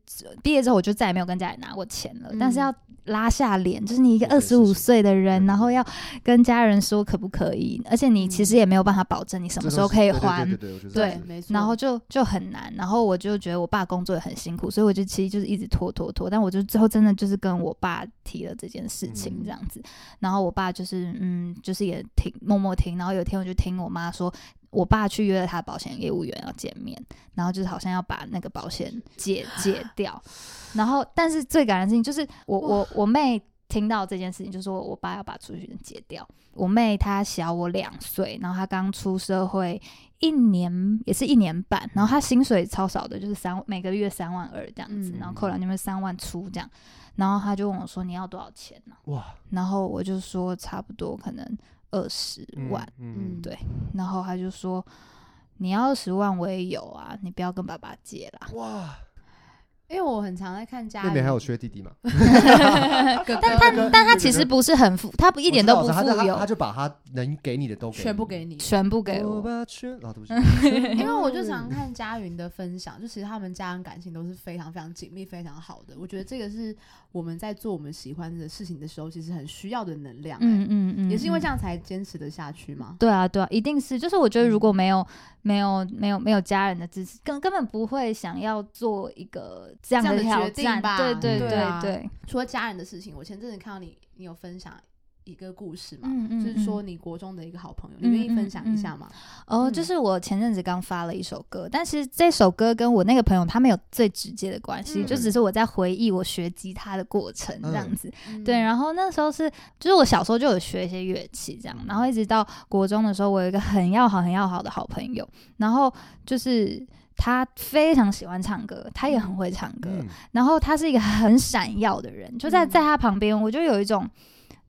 [SPEAKER 3] 毕业之后我就再也没有跟家里拿过钱了。但是
[SPEAKER 1] 嗯
[SPEAKER 3] 要拉下脸，就是你一个
[SPEAKER 2] 这
[SPEAKER 3] 二
[SPEAKER 2] 件事
[SPEAKER 3] 十五
[SPEAKER 2] 情
[SPEAKER 3] 岁的人，
[SPEAKER 2] 对
[SPEAKER 3] 然后要跟家人说可不可以，而且你其
[SPEAKER 1] 嗯
[SPEAKER 3] 实也没有办法保证你什么
[SPEAKER 2] 这
[SPEAKER 3] 时候
[SPEAKER 2] 东西
[SPEAKER 3] 可以
[SPEAKER 2] 对
[SPEAKER 3] 还。
[SPEAKER 2] 对对对对，我觉得
[SPEAKER 3] 对
[SPEAKER 2] 是
[SPEAKER 1] 没错。
[SPEAKER 3] 然后就就很难，然后我就觉得我爸工作也很辛苦，所以我就其实就是一直拖拖拖，但我就最后真的就是跟我爸提了这件事情
[SPEAKER 1] 嗯
[SPEAKER 3] 这样子，然后我爸就是嗯，就是也听默默听，然后有一天我就听我妈说，我爸去约了他的保险业务员要见面，然后就是好像要把那个保险
[SPEAKER 1] [LAUGHS]
[SPEAKER 3] 解解掉，然后但是最感人的事情就是我我我妹听到这件事情，就说我爸要把储蓄险解掉。我妹她小我两岁，然后她刚出社会一年，也是一年半，然后她薪水超少的，就是三每个月三万二这样子，
[SPEAKER 1] 嗯
[SPEAKER 3] 然后扣了那边三万出这样，然后她就问我说你要多少钱呢、
[SPEAKER 2] 哇，
[SPEAKER 3] 然后我就说差不多可能二十万，
[SPEAKER 2] 嗯，
[SPEAKER 1] 嗯
[SPEAKER 3] 对然后她就说你要二十万我也有啊，你不要跟爸爸借啦。
[SPEAKER 2] 哇，
[SPEAKER 1] 因为我很常在看啊家里，
[SPEAKER 2] 妹妹还有缺弟弟嘛？
[SPEAKER 1] 哥哥
[SPEAKER 3] 但但但她其实不是很富，她不一
[SPEAKER 2] 一
[SPEAKER 3] 点都不
[SPEAKER 2] 他
[SPEAKER 3] 富
[SPEAKER 2] 就他
[SPEAKER 3] 有
[SPEAKER 2] 他，就把他能给你的都
[SPEAKER 1] 全部给你。
[SPEAKER 3] 全部给
[SPEAKER 2] 我
[SPEAKER 3] 我。
[SPEAKER 2] 把全，啊，对
[SPEAKER 3] [LAUGHS]
[SPEAKER 2] 不起，
[SPEAKER 1] 因为我就
[SPEAKER 3] 嗯
[SPEAKER 1] 常看佳云的分享，就其实他们家人感情都是非常非常紧密、非常好的。我觉得这个是我们在做我们喜欢的事情的时候，其实很需要的能量、欸
[SPEAKER 3] 嗯嗯嗯，
[SPEAKER 1] 也是因为这
[SPEAKER 3] 样。
[SPEAKER 1] 样才坚持的下去吗？
[SPEAKER 3] 对啊，对啊，一定是，就是我觉得如
[SPEAKER 1] 嗯
[SPEAKER 3] 果没有、没有没有没有家人的支持，根根本不会想要做一个这样
[SPEAKER 1] 这样的
[SPEAKER 3] 挑
[SPEAKER 1] 决定
[SPEAKER 3] 战，
[SPEAKER 1] 吧
[SPEAKER 3] 对对
[SPEAKER 2] 对
[SPEAKER 3] 对
[SPEAKER 1] 啊
[SPEAKER 3] 对，
[SPEAKER 1] 除了家人的事情，我前阵子看到你，你有分享一个故事嘛？
[SPEAKER 3] 嗯嗯，
[SPEAKER 1] 就是说
[SPEAKER 3] 嗯
[SPEAKER 1] 你国中的一个好朋友，
[SPEAKER 3] 嗯
[SPEAKER 1] 你愿意分享一下吗？
[SPEAKER 3] 哦，
[SPEAKER 1] 嗯
[SPEAKER 3] 就是我前阵子刚发了一首歌，但是这首歌跟我那个朋友他没有最直接的关系，
[SPEAKER 1] 嗯
[SPEAKER 3] 就只是我在回忆我学吉他的过程这样
[SPEAKER 2] 嗯
[SPEAKER 3] 子。对，
[SPEAKER 1] 后
[SPEAKER 3] 然后那时候是，就是我小时候就有学一些乐器这样，然后一直到国中的时候，我有一个很要好、很要好的好朋友，然后就是他非常喜欢唱歌，他也很会唱歌，
[SPEAKER 2] 嗯，
[SPEAKER 3] 然后他是一个很闪耀的人，就在
[SPEAKER 1] 嗯
[SPEAKER 3] 在他旁边，我就有一种。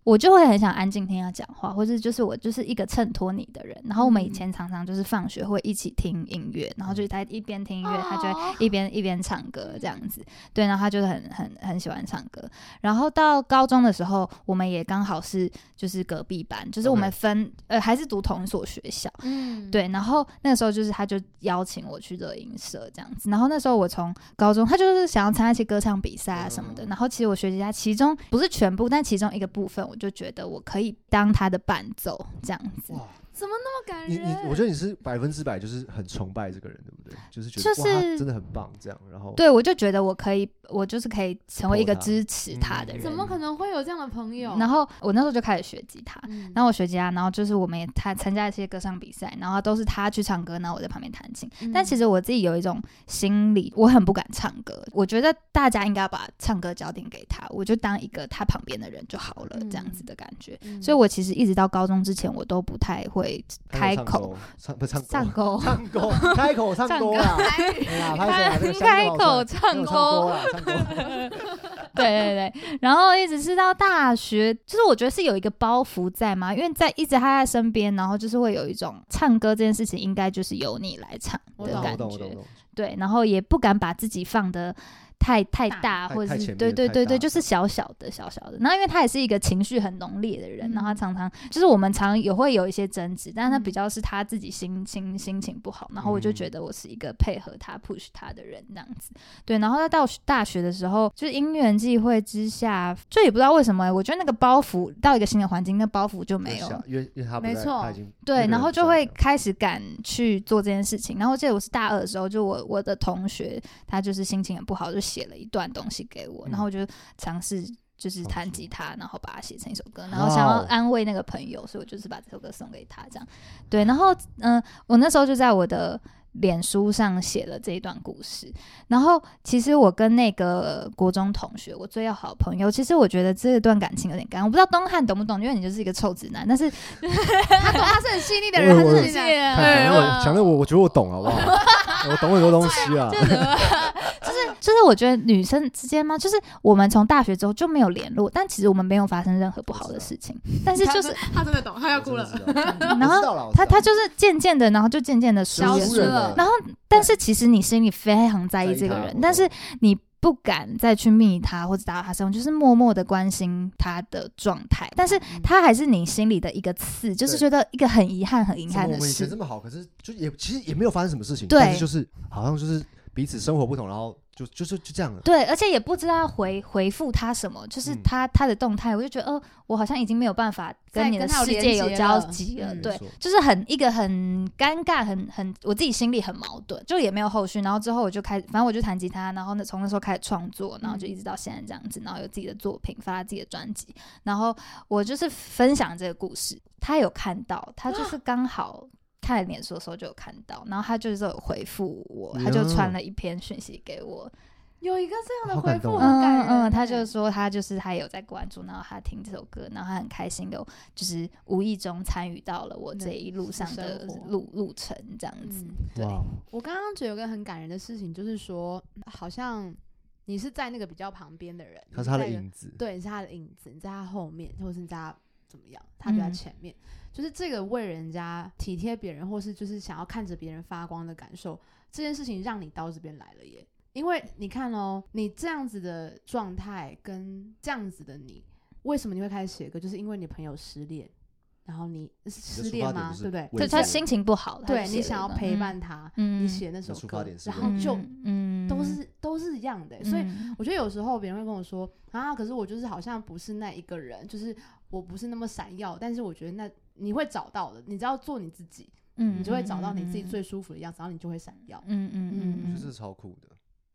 [SPEAKER 3] 我就会很想安静听他讲话，或者就是我就是一个衬托你的人。然后我们以
[SPEAKER 1] 嗯
[SPEAKER 3] 前常常就是放学会一起听音乐，然后
[SPEAKER 2] 嗯
[SPEAKER 3] 就是他一边听音乐，他就会
[SPEAKER 1] 会
[SPEAKER 3] 一边一边唱歌这样子，对，然后他就是很很很喜欢唱歌。然后到高中的时候，我们也刚好是就是隔壁班，就是我们
[SPEAKER 2] OK
[SPEAKER 3] 分呃还是读同一所学校，
[SPEAKER 1] 嗯，
[SPEAKER 3] 对。然后那个时候就是他就邀请我去热音社这样子，然后那时候我从高中，他就是想要参加一些歌唱比赛啊什么的。
[SPEAKER 2] 嗯
[SPEAKER 3] 然后其实我学吉他，其中不是全部，但其中一个部分，我就觉得我可以当他的伴奏这样子。
[SPEAKER 2] 哇，
[SPEAKER 1] 怎么那么感
[SPEAKER 2] 你
[SPEAKER 1] 人？
[SPEAKER 2] 你，我觉得你是百分之百就是很崇拜这个人，对不对？就是觉得、
[SPEAKER 3] 就
[SPEAKER 2] 哇，
[SPEAKER 3] 是
[SPEAKER 2] 他真的很棒，这样。然后
[SPEAKER 3] 对，我就觉得我可以，我就是可以成为一个
[SPEAKER 2] support 他
[SPEAKER 3] 支持他的
[SPEAKER 2] 嗯
[SPEAKER 3] 人。
[SPEAKER 1] 怎么可能会有这样的朋友？
[SPEAKER 3] 然后我那时候就开始学吉他，
[SPEAKER 1] 哦嗯，
[SPEAKER 3] 然后我学吉他，然后就是我们也他参加一些歌唱比赛，然后都是他去唱歌，然后我在旁边弹琴。但其
[SPEAKER 1] 实
[SPEAKER 3] 实我自己有一种心理，我很不敢唱歌。我觉得大家应该把唱歌焦点给他，我就当一个他旁边的人就好了，这样子的感觉。
[SPEAKER 1] 嗯
[SPEAKER 3] 所以，我其实一直到高中之前，我都不太会开口
[SPEAKER 2] 口唱不是唱
[SPEAKER 3] 唱
[SPEAKER 2] 歌
[SPEAKER 3] 歌，
[SPEAKER 2] [LAUGHS]
[SPEAKER 3] [LAUGHS]
[SPEAKER 2] 唱歌开口唱
[SPEAKER 3] 唱
[SPEAKER 2] 歌
[SPEAKER 3] 歌
[SPEAKER 2] 啦，
[SPEAKER 1] 台语
[SPEAKER 2] 哎呀，拍谁啊？
[SPEAKER 3] [LAUGHS]
[SPEAKER 2] 这
[SPEAKER 3] 开
[SPEAKER 2] 个香
[SPEAKER 3] 开
[SPEAKER 2] 港
[SPEAKER 3] 口
[SPEAKER 2] 好
[SPEAKER 3] 唱
[SPEAKER 2] 像
[SPEAKER 3] 歌。
[SPEAKER 2] 唱歌啦，
[SPEAKER 3] [LAUGHS]
[SPEAKER 2] 唱歌。
[SPEAKER 3] 对对对，然后一直是到大学，就是我觉得是有一个包袱在嘛，因为在一直他在身边，然后就是会有一种唱歌这件事情应该就是由你来唱
[SPEAKER 1] 我
[SPEAKER 3] 的
[SPEAKER 1] 懂
[SPEAKER 3] 感
[SPEAKER 2] 啊我懂，我懂，我
[SPEAKER 3] 觉，
[SPEAKER 2] 懂。
[SPEAKER 3] 对，然后也不敢把自己放的太太
[SPEAKER 1] 大
[SPEAKER 3] 大，
[SPEAKER 2] 太
[SPEAKER 3] 或者
[SPEAKER 2] 太
[SPEAKER 3] 是
[SPEAKER 2] 前
[SPEAKER 3] 对
[SPEAKER 2] 面
[SPEAKER 3] 对
[SPEAKER 2] 太
[SPEAKER 3] 对
[SPEAKER 2] 大
[SPEAKER 3] 对，就是小小的小小的。那因为他也是一个情绪很浓烈的人，然后他
[SPEAKER 1] 嗯
[SPEAKER 3] 常常就是我们常也会有一些争执，但是他
[SPEAKER 1] 嗯
[SPEAKER 3] 比较是他自己心心心情不好，然后我就
[SPEAKER 2] 嗯
[SPEAKER 3] 觉得我是一个配合他 push 他的人那样子。对，然后他到大学的时候，就是因缘际会之下，就也不知道为什么欸、我觉得那个包袱到一个新的环境，那包袱就没有
[SPEAKER 2] 就
[SPEAKER 3] 了
[SPEAKER 2] 下，因为因为他不
[SPEAKER 1] 没
[SPEAKER 2] 在
[SPEAKER 1] 错
[SPEAKER 2] 他已经那个
[SPEAKER 3] 对，
[SPEAKER 2] 人
[SPEAKER 3] 然后
[SPEAKER 2] 不
[SPEAKER 3] 就
[SPEAKER 2] 在
[SPEAKER 3] 会
[SPEAKER 2] 了
[SPEAKER 3] 开始敢去做这件事情。然后我记得我是大二的时候，就我我的同学他就是心情很不好，就写了一段东西给我，
[SPEAKER 2] 嗯
[SPEAKER 3] 然后我就尝试就是
[SPEAKER 2] 好
[SPEAKER 3] 弹
[SPEAKER 2] 酷
[SPEAKER 3] 吉他，然后把它写成一首歌，
[SPEAKER 2] 哇哦
[SPEAKER 3] 然后想要安慰那个朋友，所以我就是把这首歌送给他这样。对，然后嗯、呃我那时候就在我的。脸书上写了这一段故事，然后其实我跟那个国中同学，我最要好的朋友，其实我觉得这段感情有点干，我不知道东汉懂不懂，因为你就是一个臭直男，但是
[SPEAKER 1] 他懂，他是很细腻的
[SPEAKER 2] 我
[SPEAKER 1] 人，他
[SPEAKER 2] 我
[SPEAKER 1] 是很啊细腻的人。
[SPEAKER 2] 看
[SPEAKER 3] 哎
[SPEAKER 2] 强
[SPEAKER 3] 我
[SPEAKER 2] 烈，强烈，我我觉得我懂了，好不
[SPEAKER 3] [LAUGHS]
[SPEAKER 2] 好？我懂很多东西啊。
[SPEAKER 3] 就是就是就是，我觉得女生之间嘛，就是我们从大学之后就没有联络，但其实我们没有发生任何不好的事情，但是就是
[SPEAKER 1] 他真的懂，他要哭了。
[SPEAKER 2] 然
[SPEAKER 3] 然后他他就是渐渐的，然后就渐渐的
[SPEAKER 1] 消
[SPEAKER 3] 疏
[SPEAKER 1] 失
[SPEAKER 3] 远。
[SPEAKER 1] 了
[SPEAKER 3] 然后，但是其实你心里非常在意这个
[SPEAKER 2] 在意
[SPEAKER 3] 人
[SPEAKER 2] 他，
[SPEAKER 3] 但是你不敢再去密他或者打扰他生活，就是默默的关心他的状态。但是
[SPEAKER 1] 嗯
[SPEAKER 3] 他还是你心里的一个刺，就是
[SPEAKER 2] 嗯对
[SPEAKER 3] 觉得一个很遗憾、很
[SPEAKER 1] 嗯
[SPEAKER 3] 遗
[SPEAKER 2] 怎么
[SPEAKER 3] 憾
[SPEAKER 2] 我
[SPEAKER 3] 的
[SPEAKER 2] 们以前
[SPEAKER 3] 事
[SPEAKER 2] 这。么好，可是就也其实也没有发生什么事情，
[SPEAKER 3] 对
[SPEAKER 2] 但是就是好像就是彼此生活不同，然后就就是就这样了。
[SPEAKER 3] 对，而且也不知道要回回复他什么，就是
[SPEAKER 2] 嗯
[SPEAKER 3] 他、他的动态，我就觉得，哦、我好像已经没有办法
[SPEAKER 1] 再
[SPEAKER 3] 跟你的
[SPEAKER 1] 跟他有
[SPEAKER 3] 世
[SPEAKER 1] 连
[SPEAKER 3] 界有
[SPEAKER 1] 接
[SPEAKER 3] 交
[SPEAKER 1] 了
[SPEAKER 3] 集了，
[SPEAKER 1] 嗯
[SPEAKER 3] 对
[SPEAKER 2] 没错，
[SPEAKER 3] 就是很一个很尴尬，很很我自己心里很矛盾，就也没有后续。然后之后我就开始，反正我就弹吉他，然后呢从那时候开始创作，然后
[SPEAKER 2] 嗯
[SPEAKER 3] 就一直到现在这样子，然后有自己的作品，发自己的专辑，然后我就是分享这个故事，他有看到，他
[SPEAKER 2] [GASPS]
[SPEAKER 3] 就是刚好。看脸书的时候就有看到，然后他就是有回复我，他就
[SPEAKER 2] 呀
[SPEAKER 3] 传了一篇讯息给我，
[SPEAKER 1] 有一个这样的
[SPEAKER 2] 好
[SPEAKER 1] 回
[SPEAKER 2] 感
[SPEAKER 1] 复，
[SPEAKER 2] 动啊
[SPEAKER 1] 很
[SPEAKER 3] 嗯
[SPEAKER 1] 感人
[SPEAKER 3] 嗯，他
[SPEAKER 1] 欸
[SPEAKER 3] 就说他就是他有在关注，然后他听这首歌，然后他很开心有就是无意中参与到了我
[SPEAKER 1] 那
[SPEAKER 3] 这一路上的
[SPEAKER 1] 生活
[SPEAKER 3] 路路程这样子。
[SPEAKER 1] 嗯，
[SPEAKER 3] 对
[SPEAKER 2] 哇，
[SPEAKER 1] 我刚刚觉得有个很感人的事情，就是说，好像你是在那个比较旁边的人，
[SPEAKER 2] 他是他的
[SPEAKER 1] 你在
[SPEAKER 2] 影子，
[SPEAKER 1] 对，你是他的影子，你在他后面，或者是你在他怎么样，他比较
[SPEAKER 3] 嗯
[SPEAKER 1] 前面，就是这个为人家体贴别人，或是就是想要看着别人发光的感受，这件事情让你到这边来了耶。因为你看哦，你这样子的状态跟这样子的你，为什么你会开始写歌？就是因为你朋友失恋，然后你是
[SPEAKER 2] 你的
[SPEAKER 1] 失
[SPEAKER 2] 出
[SPEAKER 1] 恋
[SPEAKER 2] 发点
[SPEAKER 1] 吗
[SPEAKER 2] 就？是
[SPEAKER 1] 对不对？
[SPEAKER 2] 为
[SPEAKER 3] 就他
[SPEAKER 2] 了这个
[SPEAKER 3] 心情不好，他就
[SPEAKER 1] 对
[SPEAKER 3] 写
[SPEAKER 1] 你
[SPEAKER 3] 了
[SPEAKER 1] 想要
[SPEAKER 3] 一段
[SPEAKER 1] 陪伴，他，
[SPEAKER 3] 嗯，
[SPEAKER 1] 你
[SPEAKER 3] 嗯
[SPEAKER 1] 写那首
[SPEAKER 2] 出发
[SPEAKER 1] 歌
[SPEAKER 2] 点，是
[SPEAKER 1] 然
[SPEAKER 2] 为
[SPEAKER 1] 后
[SPEAKER 2] 了嗯
[SPEAKER 1] 就
[SPEAKER 3] 嗯
[SPEAKER 1] 都是都是一样的欸，所以我觉得有时候别人会跟我说啊，可是我就是好像不是那一个人，就是我不是那么闪耀，但是我觉得那你会找到的，你只要做你自己，
[SPEAKER 3] 嗯
[SPEAKER 1] 你就会找到你自己最舒服的样子，然后你就会闪耀。
[SPEAKER 3] 嗯嗯嗯嗯，
[SPEAKER 2] 就是超酷的，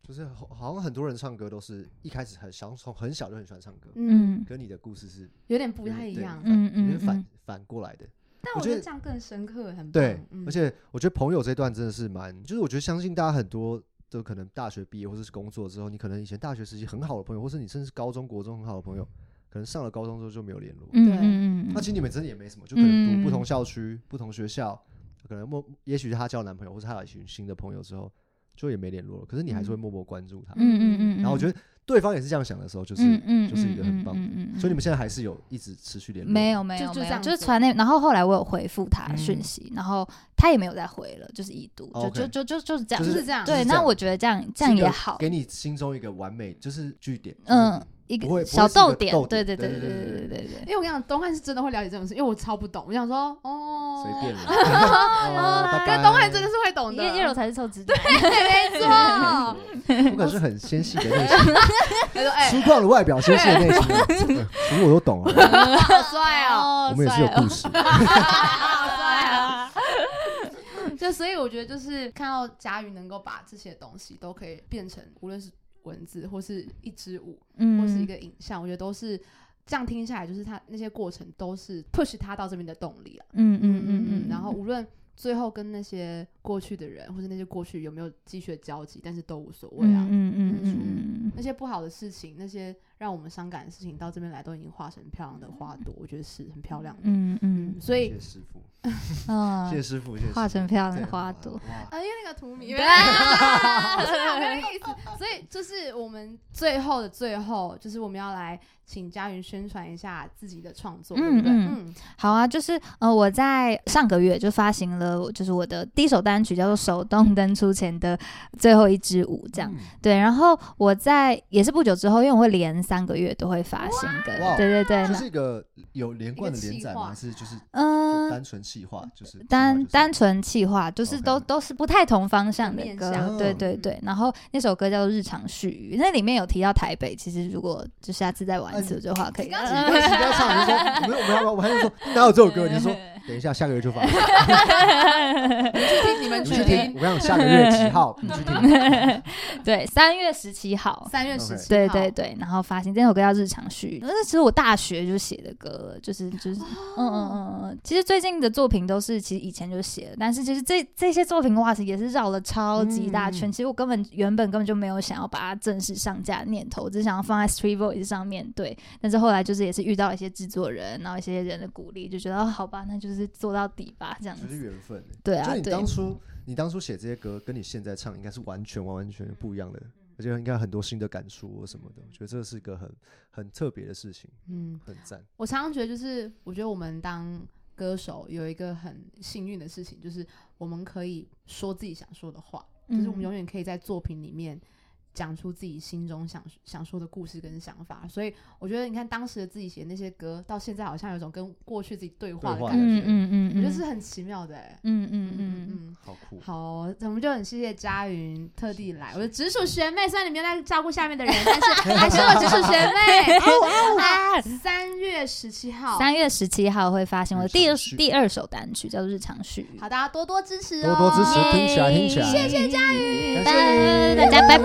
[SPEAKER 2] 就是好好像很多人唱歌都是一开始很想从很小就很喜欢唱歌，
[SPEAKER 1] 嗯，
[SPEAKER 3] 嗯
[SPEAKER 2] 跟你的故事是
[SPEAKER 1] 有点不
[SPEAKER 2] 有
[SPEAKER 1] 太
[SPEAKER 2] 点
[SPEAKER 1] 一
[SPEAKER 2] 对
[SPEAKER 1] 样，
[SPEAKER 2] 反
[SPEAKER 3] 嗯嗯
[SPEAKER 2] 有点反
[SPEAKER 3] 嗯
[SPEAKER 2] 反过来的。
[SPEAKER 1] 但
[SPEAKER 2] 我
[SPEAKER 1] 我觉
[SPEAKER 2] 觉
[SPEAKER 1] 得
[SPEAKER 2] 得
[SPEAKER 1] 这样更深刻，很棒
[SPEAKER 2] 对，
[SPEAKER 1] 嗯
[SPEAKER 2] 而且我觉得朋友这段真的是蛮，就是我觉得相信大家很多都可能大学毕业或者是工作之后，你可能以前大学时期很好的朋友，或是你甚至是高中国中很好的朋友，可能上了高中之后就没有联络。
[SPEAKER 3] 嗯嗯嗯
[SPEAKER 2] 那其实你们真的也没什么，就可能读不
[SPEAKER 3] 嗯
[SPEAKER 2] 同校区、不同学校，可能默，也许她交男朋友或者她有一群新的朋友之后，就也没联络了。可是你还是会默默关注她。
[SPEAKER 3] 嗯嗯嗯，嗯
[SPEAKER 2] 然后我觉
[SPEAKER 3] 得
[SPEAKER 2] 得对方也是这样想的时候，就是、就是一个很棒
[SPEAKER 3] 嗯
[SPEAKER 2] 的。所以你们现在还是有一直持续联络，
[SPEAKER 3] 没有没
[SPEAKER 1] 就
[SPEAKER 3] 有
[SPEAKER 1] 就
[SPEAKER 3] 没
[SPEAKER 1] 这
[SPEAKER 3] 有，
[SPEAKER 1] 样
[SPEAKER 3] 就是
[SPEAKER 1] 子
[SPEAKER 3] 传那，然后后来我有回复他讯
[SPEAKER 2] 嗯
[SPEAKER 3] 息，然后他也没有再回了，就是已读，就
[SPEAKER 2] OK
[SPEAKER 3] 就就就就是这样
[SPEAKER 1] [LAUGHS] 就
[SPEAKER 2] 就是
[SPEAKER 1] 是这样，
[SPEAKER 3] 对，
[SPEAKER 2] 这
[SPEAKER 3] 那
[SPEAKER 2] 样
[SPEAKER 3] 我觉得这样这
[SPEAKER 2] 是
[SPEAKER 3] 样
[SPEAKER 2] 一个
[SPEAKER 3] 也好，
[SPEAKER 2] 给你心中一个完美就是据点。嗯
[SPEAKER 3] 嗯，，一个
[SPEAKER 2] 不会不会
[SPEAKER 3] 小
[SPEAKER 2] 是一个
[SPEAKER 3] 逗
[SPEAKER 2] 逗
[SPEAKER 3] 点，对
[SPEAKER 2] 点
[SPEAKER 3] 对
[SPEAKER 2] 对
[SPEAKER 3] 对
[SPEAKER 2] 对
[SPEAKER 3] 对对
[SPEAKER 2] 对
[SPEAKER 3] 对对
[SPEAKER 1] 因为我跟你讲，东汉是真的会了解这种事，因为我超不懂，我想说哦，
[SPEAKER 2] 随 [LAUGHS] 便了。
[SPEAKER 3] 啦
[SPEAKER 2] 哦
[SPEAKER 1] 跟东汉真的是会懂的，
[SPEAKER 3] 叶叶柔才是臭直男，
[SPEAKER 1] 没错， [LAUGHS]
[SPEAKER 2] 是，不管是很纤细的内心，
[SPEAKER 1] 他说哎，
[SPEAKER 2] 粗犷的外表，纤细的
[SPEAKER 1] [LAUGHS]
[SPEAKER 2] 内心，其实我都懂啊，
[SPEAKER 1] 好帅哦，
[SPEAKER 3] [LAUGHS]
[SPEAKER 1] 啊
[SPEAKER 2] [LAUGHS] 我们也是有故事。
[SPEAKER 1] 好帅哦。对，所以我觉得就是看到佳瑜能够把这些东西都可以变成，无论是文字或是一支舞，
[SPEAKER 3] 嗯，
[SPEAKER 1] 或是一个影 [LAUGHS] 像，我觉得都是这样听下来，就是他那些过程都是 push 他到这边的动力啊。
[SPEAKER 3] 嗯嗯嗯嗯，
[SPEAKER 1] 然后无论最后跟那些过去的人或者那些过去有没有继续的交集，但是都无所谓啊。
[SPEAKER 3] 嗯嗯嗯嗯
[SPEAKER 1] 那些不好的事情，那些让我们伤感的事情，到这边来都已经化成漂亮的花朵，我觉得是很漂亮的。
[SPEAKER 3] 嗯嗯
[SPEAKER 1] 嗯，所以
[SPEAKER 2] 谢谢师傅，
[SPEAKER 3] 嗯
[SPEAKER 2] 谢谢师傅，谢谢师傅
[SPEAKER 3] 化成漂亮的
[SPEAKER 2] 对嗯
[SPEAKER 3] 花朵。
[SPEAKER 2] 哇，
[SPEAKER 1] 呃，因为那个图迷，
[SPEAKER 3] 对
[SPEAKER 1] [LAUGHS] 啊是啊没那个意思。所以就是我们最后的最后，就是我们要来请佳云宣传一下自己的创作，对不对？
[SPEAKER 3] 嗯
[SPEAKER 1] 嗯
[SPEAKER 3] 好啊，就是呃，我在上个月就发行了我，就是我的第一首单曲叫做《手动登出前的最后一支舞》这样。
[SPEAKER 2] 嗯
[SPEAKER 3] 对，然后我在也是不久之后，因为我会连三个月都会发新歌
[SPEAKER 2] 哇。
[SPEAKER 3] 对对对，
[SPEAKER 2] 这
[SPEAKER 3] 那
[SPEAKER 2] 是一个有连贯的连载
[SPEAKER 1] 一个企划
[SPEAKER 2] 吗？还是就是就
[SPEAKER 3] 嗯、
[SPEAKER 2] 单纯气化？就是
[SPEAKER 3] 单
[SPEAKER 2] 企划
[SPEAKER 3] 单纯气化，就是都
[SPEAKER 2] OK
[SPEAKER 3] 都是不太同方向的
[SPEAKER 1] 面
[SPEAKER 3] 歌
[SPEAKER 1] 向，
[SPEAKER 3] 对
[SPEAKER 2] 嗯
[SPEAKER 3] 对对。然后那首歌叫做《日常絮语》，那里面有提到台北。其实如果就下次再玩一次
[SPEAKER 2] 哎
[SPEAKER 3] 的话，
[SPEAKER 2] [LAUGHS]
[SPEAKER 3] 可以。 [LAUGHS]
[SPEAKER 1] 你刚
[SPEAKER 2] 就是你不要唱，你说没有没有，我还是说哪有这首歌？
[SPEAKER 1] [LAUGHS]
[SPEAKER 2] 你说等一下，下个月就发，
[SPEAKER 1] 去听你们
[SPEAKER 2] 你
[SPEAKER 1] 去
[SPEAKER 2] 去
[SPEAKER 1] 听
[SPEAKER 2] 听。我想下个月几号，你
[SPEAKER 1] [LAUGHS]
[SPEAKER 2] 去听。
[SPEAKER 3] 对，三月十七号，
[SPEAKER 1] 三月十
[SPEAKER 2] OK
[SPEAKER 1] 七，
[SPEAKER 3] 对对，对，然后发行这首歌叫《日常絮语》，那其实我大学就写的歌了，就是
[SPEAKER 2] 哦
[SPEAKER 3] 就是，嗯嗯嗯嗯嗯。其实最近的作品都是其实以前就写的，但是其实这这些作品哇塞也是绕了超级大圈。
[SPEAKER 2] 嗯
[SPEAKER 3] 其实我根本原本根本就没有想要把它正式上架的念头，我只想要放在 Street Voice 上面对。但是后来就是也是遇到一些制作人，然后一些人的鼓励，就觉得、哦、好吧，那就是做到底吧，这样
[SPEAKER 2] 就是
[SPEAKER 3] 子。
[SPEAKER 2] 缘分欸。
[SPEAKER 3] 对啊
[SPEAKER 2] 就你
[SPEAKER 3] 对
[SPEAKER 2] 当初你当初写这些歌，跟你现在唱应该是完全完完全全不一样的，而且应该有很多新的感触或什么的。我觉得这是一个很很特别的事情，
[SPEAKER 1] 嗯，
[SPEAKER 2] 很赞。
[SPEAKER 1] 我常常觉得，就是我觉得我们当歌手有一个很幸运的事情，就是我们可以说自己想说的话，就是我们
[SPEAKER 3] 嗯
[SPEAKER 1] 永远可以在作品里面讲出自己心中想想说的故事跟想法。所以我觉得，你看当时的自己写那些歌，到现在好像有种跟过去自己对话的
[SPEAKER 2] 对话
[SPEAKER 1] 感
[SPEAKER 2] 的
[SPEAKER 1] 觉，
[SPEAKER 3] 嗯嗯嗯，
[SPEAKER 1] 我觉得是很奇妙的、欸。
[SPEAKER 3] 嗯嗯
[SPEAKER 1] 嗯
[SPEAKER 3] 嗯
[SPEAKER 1] 嗯
[SPEAKER 3] 嗯。
[SPEAKER 1] 嗯。
[SPEAKER 2] 好酷，
[SPEAKER 1] 好哦，我们就很谢谢佳云特地来，我的直属学妹，虽然你没有在照顾下面的人，但是 [LAUGHS] 还是我直属学
[SPEAKER 3] 啊
[SPEAKER 1] 妹。三月十七号，
[SPEAKER 3] 哦三月十七号会发行我的
[SPEAKER 2] 日
[SPEAKER 3] 第
[SPEAKER 2] 常
[SPEAKER 3] 二
[SPEAKER 2] 序
[SPEAKER 3] 第二首单曲，叫做《日常絮语》。
[SPEAKER 1] 好，大家多多支持哦，
[SPEAKER 2] 多多支持，听起来听起来。
[SPEAKER 3] 谢谢佳
[SPEAKER 2] 宇
[SPEAKER 3] 大家拜拜，
[SPEAKER 2] 拜拜